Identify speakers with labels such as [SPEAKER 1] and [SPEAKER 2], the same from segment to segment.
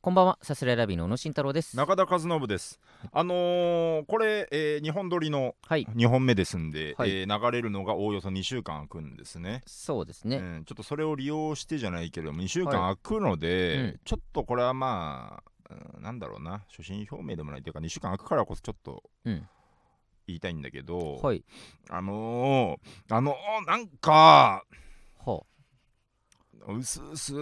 [SPEAKER 1] こんばんは、さすらいラビーの小野慎太郎です。
[SPEAKER 2] 中田和信です。あのーこれ、えー、2本撮りの
[SPEAKER 1] はい、
[SPEAKER 2] 2本目ですんで、
[SPEAKER 1] はい
[SPEAKER 2] えー流れるのがおおよそ2週間空くんですね。
[SPEAKER 1] そうです
[SPEAKER 2] う
[SPEAKER 1] ね。
[SPEAKER 2] ん、ちょっとそれを利用してじゃないけれども、2週間
[SPEAKER 1] は
[SPEAKER 2] 空くので、
[SPEAKER 1] うん
[SPEAKER 2] ちょっとこれはまあ、うんなんだろうな、初心表明でもないというか、2週間空くからこそちょっと
[SPEAKER 1] うん
[SPEAKER 2] 言いたいんだけど、
[SPEAKER 1] はい、
[SPEAKER 2] あのー、あのー、なんか、
[SPEAKER 1] は
[SPEAKER 2] うすうす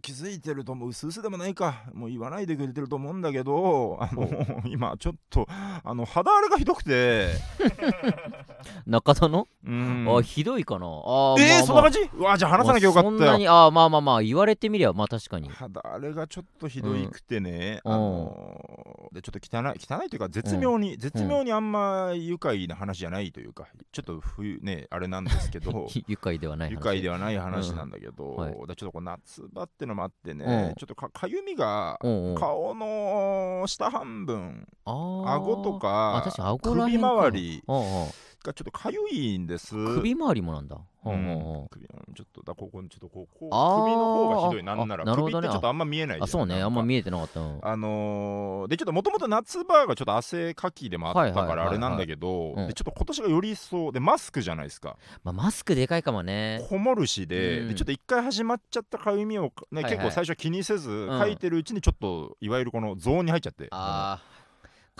[SPEAKER 2] 気づいてるともうすうすでもないかもう言わないでくれてると思うんだけどあの今ちょっとあの肌荒れがひどくて
[SPEAKER 1] あ、中田の、
[SPEAKER 2] うん
[SPEAKER 1] あ、ひどいかな。あー
[SPEAKER 2] えー、そんな
[SPEAKER 1] まあ
[SPEAKER 2] 感じうわじゃあ話さなきゃよか
[SPEAKER 1] まあ
[SPEAKER 2] っ
[SPEAKER 1] そ
[SPEAKER 2] た
[SPEAKER 1] んな
[SPEAKER 2] よ
[SPEAKER 1] に、あーまあまあまあ、言われてみりゃ、まあ確かに。
[SPEAKER 2] 肌荒れがちょっとひどいくてね、
[SPEAKER 1] うん
[SPEAKER 2] あのでちょっと汚い汚いというか絶妙に、絶妙にあんま愉快な話じゃないというかちょっと冬ねあれなんです けど
[SPEAKER 1] 愉快ではない話。
[SPEAKER 2] 愉快ではない話なんだけど、
[SPEAKER 1] んはい
[SPEAKER 2] でちょっとこう夏場ってのもあってね、
[SPEAKER 1] うん
[SPEAKER 2] ちょっとかかゆみが
[SPEAKER 1] うんうん、
[SPEAKER 2] 顔の下半分
[SPEAKER 1] あー
[SPEAKER 2] 顎と
[SPEAKER 1] あ、
[SPEAKER 2] か
[SPEAKER 1] 確かに顎らへ
[SPEAKER 2] 首
[SPEAKER 1] んか
[SPEAKER 2] 周。り
[SPEAKER 1] あーあ
[SPEAKER 2] がちょっとかゆいんです
[SPEAKER 1] ー首周りもなんだ。
[SPEAKER 2] う
[SPEAKER 1] うんんうんうん
[SPEAKER 2] 首ちょっとだここにちょっとこうこう首
[SPEAKER 1] あー
[SPEAKER 2] の方がひどいなんなら
[SPEAKER 1] あなるほ
[SPEAKER 2] 首
[SPEAKER 1] ど
[SPEAKER 2] っ
[SPEAKER 1] ね
[SPEAKER 2] てちょっとあんま見えないじゃ
[SPEAKER 1] あ、そうね、
[SPEAKER 2] な
[SPEAKER 1] あ
[SPEAKER 2] か
[SPEAKER 1] んま見えてなかった。うん
[SPEAKER 2] あのーでちょっともともと夏場がちょっと汗かきでもあった
[SPEAKER 1] はい
[SPEAKER 2] か
[SPEAKER 1] はいはいは
[SPEAKER 2] ら
[SPEAKER 1] い
[SPEAKER 2] あれなんだけ
[SPEAKER 1] う
[SPEAKER 2] ど、
[SPEAKER 1] ん
[SPEAKER 2] でちょっと今年がより一層でマスクじゃないですか
[SPEAKER 1] まあ、マスクでかいかもね。
[SPEAKER 2] こもるしで,、
[SPEAKER 1] うん
[SPEAKER 2] でちょっと一回始まっちゃったかゆみを、ね
[SPEAKER 1] いはい
[SPEAKER 2] 結構最初は気にせず、
[SPEAKER 1] ん
[SPEAKER 2] 書いてるうちにちょっといわゆるこのゾーンに入っちゃって
[SPEAKER 1] ああ、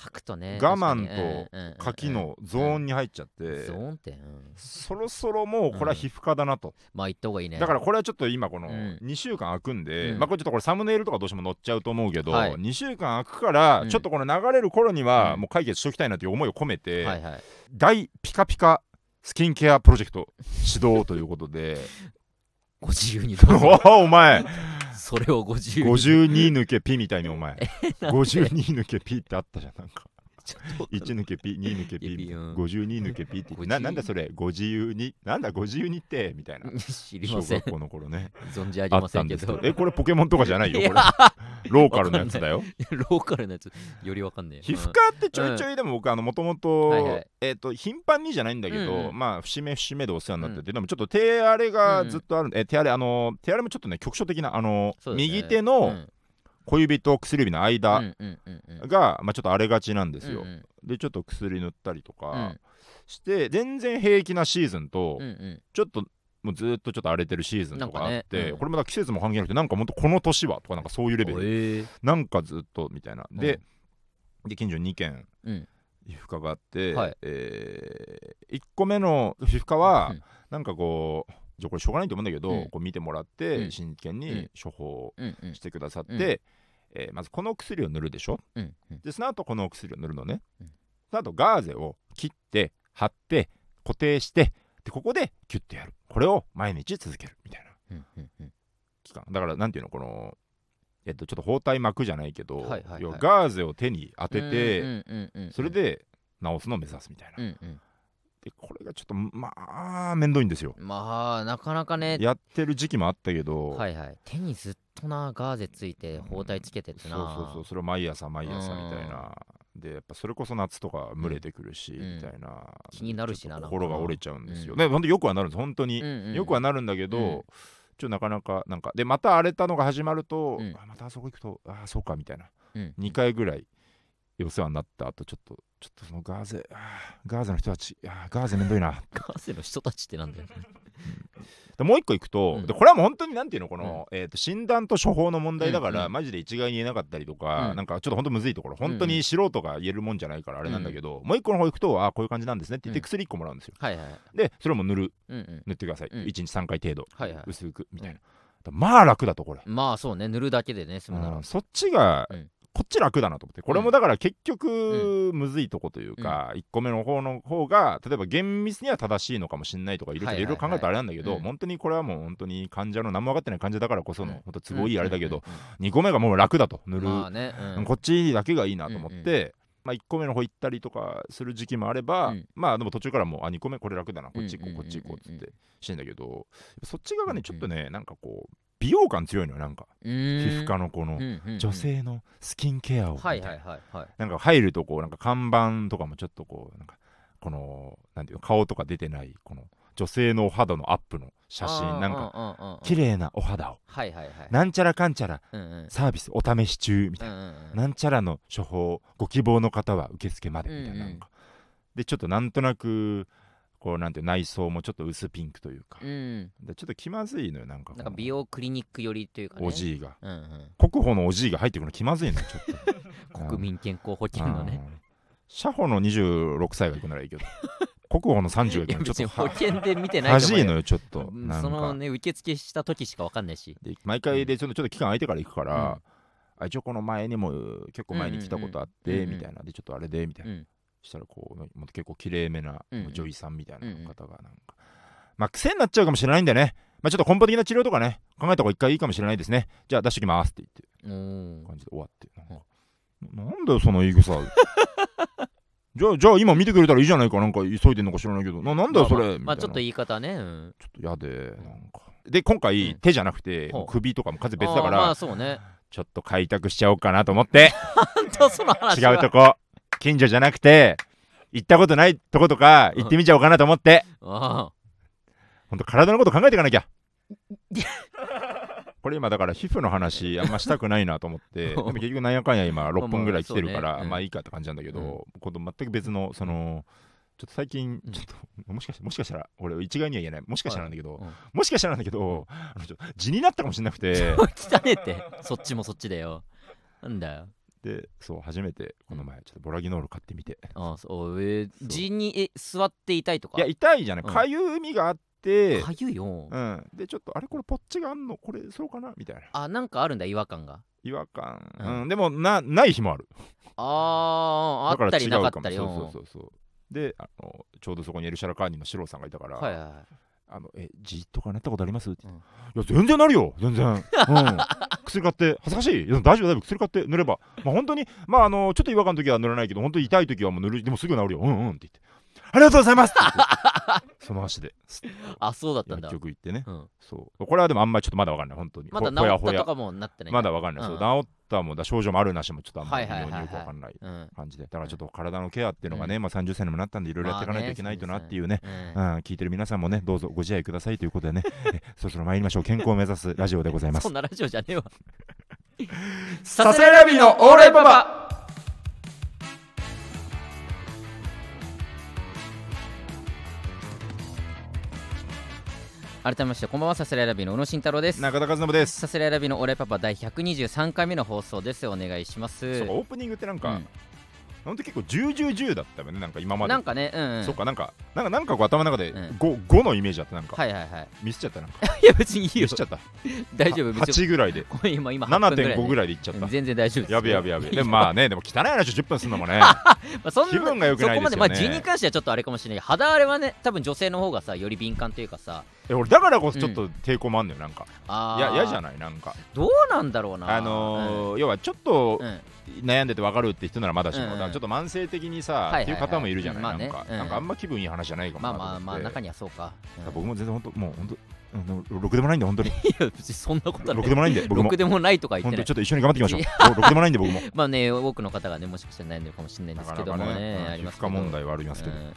[SPEAKER 1] 書くとね。
[SPEAKER 2] 我慢と
[SPEAKER 1] と
[SPEAKER 2] 書き、のゾーンに入っちゃって、
[SPEAKER 1] うんうんうんゾーンって、うん
[SPEAKER 2] そろそろもうこれは皮膚科だなと、
[SPEAKER 1] まあ言った方がいいね。
[SPEAKER 2] だからこれはちょっと今この
[SPEAKER 1] うん
[SPEAKER 2] 2週間空くんで、
[SPEAKER 1] うん
[SPEAKER 2] まあこれちょっとこれサムネイルとかどうしても載っちゃうと思うけど、
[SPEAKER 1] はい
[SPEAKER 2] 2週間空くから
[SPEAKER 1] うん
[SPEAKER 2] ちょっとこの流れる頃には
[SPEAKER 1] うん
[SPEAKER 2] もう解決しときたいなという思いを込めて、
[SPEAKER 1] はいはい。
[SPEAKER 2] 大ピカピカスキンケアプロジェクト始動というこ とで
[SPEAKER 1] ご自由にどうぞ。
[SPEAKER 2] おお前
[SPEAKER 1] それをご自由に。
[SPEAKER 2] 52抜けピみたいにお 前
[SPEAKER 1] なんで
[SPEAKER 2] 52抜けピってあったじゃんなんか
[SPEAKER 1] ちょっと
[SPEAKER 2] 1抜けピ2抜けピみたい
[SPEAKER 1] うん
[SPEAKER 2] な52抜けピってななんだそれご自由になんだご自由にってみたいな
[SPEAKER 1] 知り
[SPEAKER 2] 小
[SPEAKER 1] ません
[SPEAKER 2] 学。校の頃 ね
[SPEAKER 1] 存じ上げ
[SPEAKER 2] あ
[SPEAKER 1] ま
[SPEAKER 2] っ
[SPEAKER 1] せ
[SPEAKER 2] た
[SPEAKER 1] ん
[SPEAKER 2] ん
[SPEAKER 1] け
[SPEAKER 2] ですけ
[SPEAKER 1] ど
[SPEAKER 2] ど。えこれポケモンとかじゃないよ
[SPEAKER 1] い
[SPEAKER 2] こ
[SPEAKER 1] や
[SPEAKER 2] れローカルのやつ だよ
[SPEAKER 1] ローカルなやつ、よりわかんねえ。
[SPEAKER 2] 皮膚
[SPEAKER 1] うん
[SPEAKER 2] 科ってちょいちょいでも僕あのもとも
[SPEAKER 1] はいはい
[SPEAKER 2] とえっと頻繁にじゃないんだけ
[SPEAKER 1] うんう
[SPEAKER 2] ど
[SPEAKER 1] ん
[SPEAKER 2] まあ節目節目でお世話になっててでもちょっと手荒れがずっとあるんでえ手荒れあの手荒れもちょっとね局所的なあの
[SPEAKER 1] そうですね
[SPEAKER 2] 右手
[SPEAKER 1] う
[SPEAKER 2] の
[SPEAKER 1] ん
[SPEAKER 2] 小指と薬指の
[SPEAKER 1] う
[SPEAKER 2] 間
[SPEAKER 1] んうんうんうん
[SPEAKER 2] がまあちょっと荒れがちなんですよ
[SPEAKER 1] うんうん
[SPEAKER 2] でちょっと薬塗ったりと
[SPEAKER 1] う
[SPEAKER 2] か
[SPEAKER 1] ん
[SPEAKER 2] して全然平気なシーズンと
[SPEAKER 1] うんうん
[SPEAKER 2] ちょっともうずっとちょっと荒れてるシーズンとか
[SPEAKER 1] な
[SPEAKER 2] あっ
[SPEAKER 1] んかね
[SPEAKER 2] て
[SPEAKER 1] うん
[SPEAKER 2] これもだから季節も関係なくてなんかもっとこの年はとかなんかそういうレベル
[SPEAKER 1] ええ
[SPEAKER 2] なんかずっとみたいな。で、で近所に2軒
[SPEAKER 1] うん
[SPEAKER 2] 皮膚科があって、
[SPEAKER 1] はい
[SPEAKER 2] え1個目の皮膚科は、
[SPEAKER 1] うん
[SPEAKER 2] なんかこうじゃあこれしょうがないと思うんだけど、
[SPEAKER 1] うん
[SPEAKER 2] こう見てもらって、
[SPEAKER 1] うん
[SPEAKER 2] 真剣に処方
[SPEAKER 1] うんうん
[SPEAKER 2] してくださって、
[SPEAKER 1] うん
[SPEAKER 2] えーまずこの薬を塗るでしょ
[SPEAKER 1] うんうん
[SPEAKER 2] でその後この薬を塗るのね、
[SPEAKER 1] うん
[SPEAKER 2] その後ガーゼを切って貼って固定してでここでキュッてやるこれを毎日続けるみたいな
[SPEAKER 1] うんうんうん
[SPEAKER 2] 期間だからなんていうのこのえっとちょっと包帯膜じゃないけど、
[SPEAKER 1] はいはいはい
[SPEAKER 2] 要はガーゼを手に当てて、
[SPEAKER 1] うんうんうんうん
[SPEAKER 2] それで直すのを目指すみたいな、
[SPEAKER 1] うんうん
[SPEAKER 2] でこれがちょっとまあ面倒いんですよ
[SPEAKER 1] まあなかなかね
[SPEAKER 2] やってる時期もあったけど、
[SPEAKER 1] はいはい手にずっとなガーゼついて包帯つけてって
[SPEAKER 2] そう
[SPEAKER 1] な
[SPEAKER 2] そうそうそれを毎朝毎朝みたいな、でやっぱそれこそ夏とか蒸れてくるし、
[SPEAKER 1] うん
[SPEAKER 2] みたいな
[SPEAKER 1] 気になるしな
[SPEAKER 2] ちょっと心が折れちゃうんですよ、
[SPEAKER 1] うん
[SPEAKER 2] ねほんとよくはなるんです本当に、
[SPEAKER 1] うんうん
[SPEAKER 2] よくはなるんだけど、
[SPEAKER 1] うん
[SPEAKER 2] ちょっとなかなかなんかでまた荒れたのが始まると、
[SPEAKER 1] うん
[SPEAKER 2] あまたあそこ行くとああそうかみたいな
[SPEAKER 1] うん
[SPEAKER 2] 2回ぐらいお世話になった後ちょっとちょっとそのガーゼあーガーゼの人たちあーガーゼめんどいな
[SPEAKER 1] ガーゼの人たちってなんだよ
[SPEAKER 2] でもう一個いくと、
[SPEAKER 1] うん
[SPEAKER 2] でこれはもう本当になんていうのこの、えー、と診断と処方の問題だから、
[SPEAKER 1] うんうん
[SPEAKER 2] マジで一概に言えなかったりとか、
[SPEAKER 1] うん
[SPEAKER 2] なんかちょっと本当むずいところ本当に素人が言えるもんじゃないからあれなんだけど、もう一個の方いくとあーこういう感じなんですねって言って
[SPEAKER 1] うん
[SPEAKER 2] 薬一個もらうんですよ、
[SPEAKER 1] はいはい
[SPEAKER 2] でそれも塗る
[SPEAKER 1] うんうん
[SPEAKER 2] 塗ってください、
[SPEAKER 1] うん
[SPEAKER 2] 1日3回程度、
[SPEAKER 1] はいはい
[SPEAKER 2] 薄くみたいな、だまあ楽だとこれ、
[SPEAKER 1] まあそうね塗るだけでね済むな
[SPEAKER 2] う
[SPEAKER 1] ら
[SPEAKER 2] んそっちが、
[SPEAKER 1] うん
[SPEAKER 2] こっち楽だなと思ってこれもだから結局、むずいとこというか、1個目の方の方が例えば厳密には正しいのかもしれないとかいろい
[SPEAKER 1] はい
[SPEAKER 2] ろ
[SPEAKER 1] はい
[SPEAKER 2] い
[SPEAKER 1] はい
[SPEAKER 2] ろ考えるとあれなんだけど、
[SPEAKER 1] うん
[SPEAKER 2] 本当にこれはもう本当に患者の何も分かってない患者だからこその、
[SPEAKER 1] うん
[SPEAKER 2] 本当都合いいあれだけど、
[SPEAKER 1] うんうんうん
[SPEAKER 2] 2個目がもう楽だと塗る、
[SPEAKER 1] まあね、うん
[SPEAKER 2] こっちだけがいいなと思って。まあ、1個目の方行ったりとかする時期もあれば、
[SPEAKER 1] うん
[SPEAKER 2] まあでも途中からもうあ2個目これ楽だなこっち行こ
[SPEAKER 1] うんうん
[SPEAKER 2] う
[SPEAKER 1] う
[SPEAKER 2] こ
[SPEAKER 1] ん
[SPEAKER 2] っち行こうっつっ
[SPEAKER 1] うんうん
[SPEAKER 2] てしてんだけどそっち側が
[SPEAKER 1] うんうん
[SPEAKER 2] ねちょっとねなんかこう美容感強いのよなんか
[SPEAKER 1] 皮
[SPEAKER 2] 皮膚
[SPEAKER 1] 膚
[SPEAKER 2] 科のこの女性のスキンケアをみた
[SPEAKER 1] はいい
[SPEAKER 2] な
[SPEAKER 1] はいはいはい
[SPEAKER 2] なんか入るとこうなんか看板とかもちょっとこうなんかこのなんていうの顔とか出てないこの女性のお肌のアップの写真なんか
[SPEAKER 1] か
[SPEAKER 2] 綺
[SPEAKER 1] 麗
[SPEAKER 2] 麗なお肌を
[SPEAKER 1] はいはいはい
[SPEAKER 2] なんちゃらかんちゃら
[SPEAKER 1] うんうん
[SPEAKER 2] サービスお試し中みた
[SPEAKER 1] う
[SPEAKER 2] い
[SPEAKER 1] んう
[SPEAKER 2] な、
[SPEAKER 1] んうん
[SPEAKER 2] なんちゃらの処方ご希望の方は受付までみたいななんか、でちょっとなんとなくこうなんていう内装もちょっと薄ピンクというか、
[SPEAKER 1] うん
[SPEAKER 2] でちょっと気まずいのよなんかこ
[SPEAKER 1] な
[SPEAKER 2] の
[SPEAKER 1] んか美容クリニック寄りというかね
[SPEAKER 2] おじいが
[SPEAKER 1] うんうん
[SPEAKER 2] 国保のおじいが入ってくるの気まずいのよちょっと
[SPEAKER 1] 国民健康保険のね
[SPEAKER 2] うん社保の26歳が行くならい いけど国保の30が
[SPEAKER 1] い
[SPEAKER 2] 行
[SPEAKER 1] や
[SPEAKER 2] くの
[SPEAKER 1] 別
[SPEAKER 2] ち
[SPEAKER 1] に
[SPEAKER 2] ょっ
[SPEAKER 1] 保
[SPEAKER 2] とは
[SPEAKER 1] 険で見てない
[SPEAKER 2] 恥
[SPEAKER 1] と
[SPEAKER 2] じ
[SPEAKER 1] 思う
[SPEAKER 2] い
[SPEAKER 1] よ
[SPEAKER 2] のよちょっと
[SPEAKER 1] うん
[SPEAKER 2] なん
[SPEAKER 1] その
[SPEAKER 2] か
[SPEAKER 1] ね受付した時しかわかんないし
[SPEAKER 2] で毎回でちょっとちょっと期間空いてから行くから、あ一応この前にも結構前に来たことあっ
[SPEAKER 1] うんうん
[SPEAKER 2] て
[SPEAKER 1] うんうん
[SPEAKER 2] みたいなでちょっとあれでみたいな、
[SPEAKER 1] うん
[SPEAKER 2] したらこうもう結構綺麗めな
[SPEAKER 1] うんうん
[SPEAKER 2] 女医さんみたいな
[SPEAKER 1] うんうん
[SPEAKER 2] 方がなんかまあ癖になっちゃうかもしれないんでねまあちょっと根本的な治療とかね考えた方が一回いいかもしれないですねじゃあ出してきますって言って
[SPEAKER 1] おー
[SPEAKER 2] 感じで終わってなんかなんだよその言い草 じゃあじゃあ今見てくれたらいいじゃないかなんか急いでんのか知らないけどななんだよそれ、
[SPEAKER 1] まあまあまあ
[SPEAKER 2] み
[SPEAKER 1] ち
[SPEAKER 2] た
[SPEAKER 1] ょ
[SPEAKER 2] い
[SPEAKER 1] っ
[SPEAKER 2] な
[SPEAKER 1] と言い方ねうん
[SPEAKER 2] ちょっとやでなんかで今回、
[SPEAKER 1] うん
[SPEAKER 2] 手じゃなくて
[SPEAKER 1] ほう
[SPEAKER 2] 首とかも数別だ
[SPEAKER 1] あ
[SPEAKER 2] か
[SPEAKER 1] ー
[SPEAKER 2] ら、
[SPEAKER 1] まあそうね
[SPEAKER 2] ちょっと開拓しちゃおうかなと思って
[SPEAKER 1] 本当その話は
[SPEAKER 2] 違うとこ近所じゃなくて行ったことないとことか行ってみちゃおうかなと思って
[SPEAKER 1] あ
[SPEAKER 2] 本当体のこと考えていかなきゃこれ今だから皮膚の話あんましたくないなと思 ってでも結局なんやかんや今6分ぐらい来てるか
[SPEAKER 1] まあまあそう
[SPEAKER 2] ら
[SPEAKER 1] ねうん
[SPEAKER 2] まあいいかって感じなんだけど今度全く別のそのちょっと最近
[SPEAKER 1] うん
[SPEAKER 2] ちょっともしかしてもしかしたら俺一概には言えないもしかしたらなんだけど
[SPEAKER 1] うん
[SPEAKER 2] もしかしたらなんだけどあのちょっと地になったかもしれなくて
[SPEAKER 1] あ 汚ねえってそっちもそっちだよなんだよ
[SPEAKER 2] でそう初めてこの前ちょっとボラギノール買ってみて
[SPEAKER 1] あーそうえー
[SPEAKER 2] そう
[SPEAKER 1] 地にえ座っていたいとか
[SPEAKER 2] いや痛いじゃない
[SPEAKER 1] うん
[SPEAKER 2] かゆみがあって
[SPEAKER 1] かゆいよ
[SPEAKER 2] うん、でちょっとあれこれポッチがあんのこれそうかなみたいな
[SPEAKER 1] あなんかあるんだ違和感が
[SPEAKER 2] 違和感、
[SPEAKER 1] う
[SPEAKER 2] うんんでもなない日もある
[SPEAKER 1] あーあ
[SPEAKER 2] だか
[SPEAKER 1] った
[SPEAKER 2] ら
[SPEAKER 1] り
[SPEAKER 2] 違う
[SPEAKER 1] な
[SPEAKER 2] か
[SPEAKER 1] か
[SPEAKER 2] も
[SPEAKER 1] ったり
[SPEAKER 2] そう
[SPEAKER 1] うん
[SPEAKER 2] そうそうそうであのちょうどそこにエルシャラカーニのシローさんがいたから「
[SPEAKER 1] はいはいはい
[SPEAKER 2] あのえじっとかなったことあります?」って言って
[SPEAKER 1] う
[SPEAKER 2] いや全然なるよ 全然、うん、薬買って恥ずかしいいや大丈夫大丈夫薬買って塗れば、まあ、本当にまああのちょっと違和感の時は塗らないけど本当に痛い時はもう塗るでもすぐ治るようんうん」って言って「ありがとうございます!」って言ってその足で
[SPEAKER 1] あそうだったんだ
[SPEAKER 2] 薬局行ってね
[SPEAKER 1] うん
[SPEAKER 2] そうこれはでもあんまりちょっとまだわかんない本当に
[SPEAKER 1] まだ
[SPEAKER 2] ほ
[SPEAKER 1] 治
[SPEAKER 2] や
[SPEAKER 1] っ
[SPEAKER 2] ほ
[SPEAKER 1] た
[SPEAKER 2] や
[SPEAKER 1] とかもなってない
[SPEAKER 2] まだわかんない、
[SPEAKER 1] うん
[SPEAKER 2] そう治ったもんだ症状もあるなしもちょっとあんまり
[SPEAKER 1] はいはいはいはい
[SPEAKER 2] よくわかんない
[SPEAKER 1] うん
[SPEAKER 2] 感じでだからちょっと体のケアっていうのがね、まあ、30歳にもなったんでいろいろやっていかないといけないとなっていうね,、
[SPEAKER 1] うん
[SPEAKER 2] うん、聞いてる皆さんもねどうぞご自愛くださいという ことでねえそろそろ参りましょう健康を目指すラジオでございます
[SPEAKER 1] そんなラジオじゃね えわ
[SPEAKER 2] サセラビのオーライパパ
[SPEAKER 1] 改めましてこんばんはサセライラビーの小野慎太郎です
[SPEAKER 2] 中田和信です
[SPEAKER 1] サセライラビーのオレパパ第123回目の放送ですお願いしま
[SPEAKER 2] そ
[SPEAKER 1] す
[SPEAKER 2] うかオープニングってなんか、
[SPEAKER 1] うん
[SPEAKER 2] 本当結構1010だったよねなんか今まで
[SPEAKER 1] なんかねうんうん
[SPEAKER 2] そっかなんかなんかなんかこう頭の中で
[SPEAKER 1] うん
[SPEAKER 2] 5,、5のイメージあってなんか、
[SPEAKER 1] はいはい はい
[SPEAKER 2] ミスっちゃったなんか
[SPEAKER 1] いや別にいいよ
[SPEAKER 2] ミスっちゃった
[SPEAKER 1] 大丈夫別に
[SPEAKER 2] 8ぐらいで
[SPEAKER 1] これ今今8分ぐらい
[SPEAKER 2] 7.5ぐらいでいっちゃっ
[SPEAKER 1] う
[SPEAKER 2] た
[SPEAKER 1] ん全然大丈夫です
[SPEAKER 2] やべやべやべ。でもまあね、でも汚い話10分すんの もね、
[SPEAKER 1] まあそんな
[SPEAKER 2] 気分が良くないですよね
[SPEAKER 1] そこまでまあ地に関してはちょっとあれかもしれないけど肌荒れはね多分女性の方がさより敏感というかさ
[SPEAKER 2] え俺だからこそちょっと抵抗もあんのよ、なんか。
[SPEAKER 1] あ
[SPEAKER 2] いや、嫌じゃ
[SPEAKER 1] ん
[SPEAKER 2] ない、なんか。
[SPEAKER 1] どうなんだろうな
[SPEAKER 2] あのー、要はちょっと
[SPEAKER 1] うんうん
[SPEAKER 2] 悩んでて分かるって人ならまだし
[SPEAKER 1] うんうん
[SPEAKER 2] も、だからちょっと慢性的に
[SPEAKER 1] い
[SPEAKER 2] さ
[SPEAKER 1] はいはい、
[SPEAKER 2] っていう方もいるじゃ
[SPEAKER 1] まあ
[SPEAKER 2] ない、
[SPEAKER 1] ね
[SPEAKER 2] なんか。
[SPEAKER 1] うん
[SPEAKER 2] なんかあんま気分いい話じゃないかも
[SPEAKER 1] ま
[SPEAKER 2] な
[SPEAKER 1] あ
[SPEAKER 2] と思っ
[SPEAKER 1] まあ
[SPEAKER 2] て。
[SPEAKER 1] まあ中にはそうか、うん
[SPEAKER 2] 僕も全然本当、もう本当。うんろくでもないんで、本当に。
[SPEAKER 1] いや別にそんなことは
[SPEAKER 2] ろ
[SPEAKER 1] な
[SPEAKER 2] く
[SPEAKER 1] い
[SPEAKER 2] でもないんで、僕
[SPEAKER 1] ろ
[SPEAKER 2] も
[SPEAKER 1] く。でもないとか言っ
[SPEAKER 2] 本
[SPEAKER 1] てな
[SPEAKER 2] 当、
[SPEAKER 1] い
[SPEAKER 2] ちょっと一緒に頑張っていきましょう。ろろくでもないんで、僕 も。
[SPEAKER 1] まあね多くの方がねもしかしたら悩んでるかもしれないんですけどもね
[SPEAKER 2] うん
[SPEAKER 1] あり
[SPEAKER 2] 皮
[SPEAKER 1] ます
[SPEAKER 2] 膚
[SPEAKER 1] けど
[SPEAKER 2] 科問題はありますけど
[SPEAKER 1] う。ん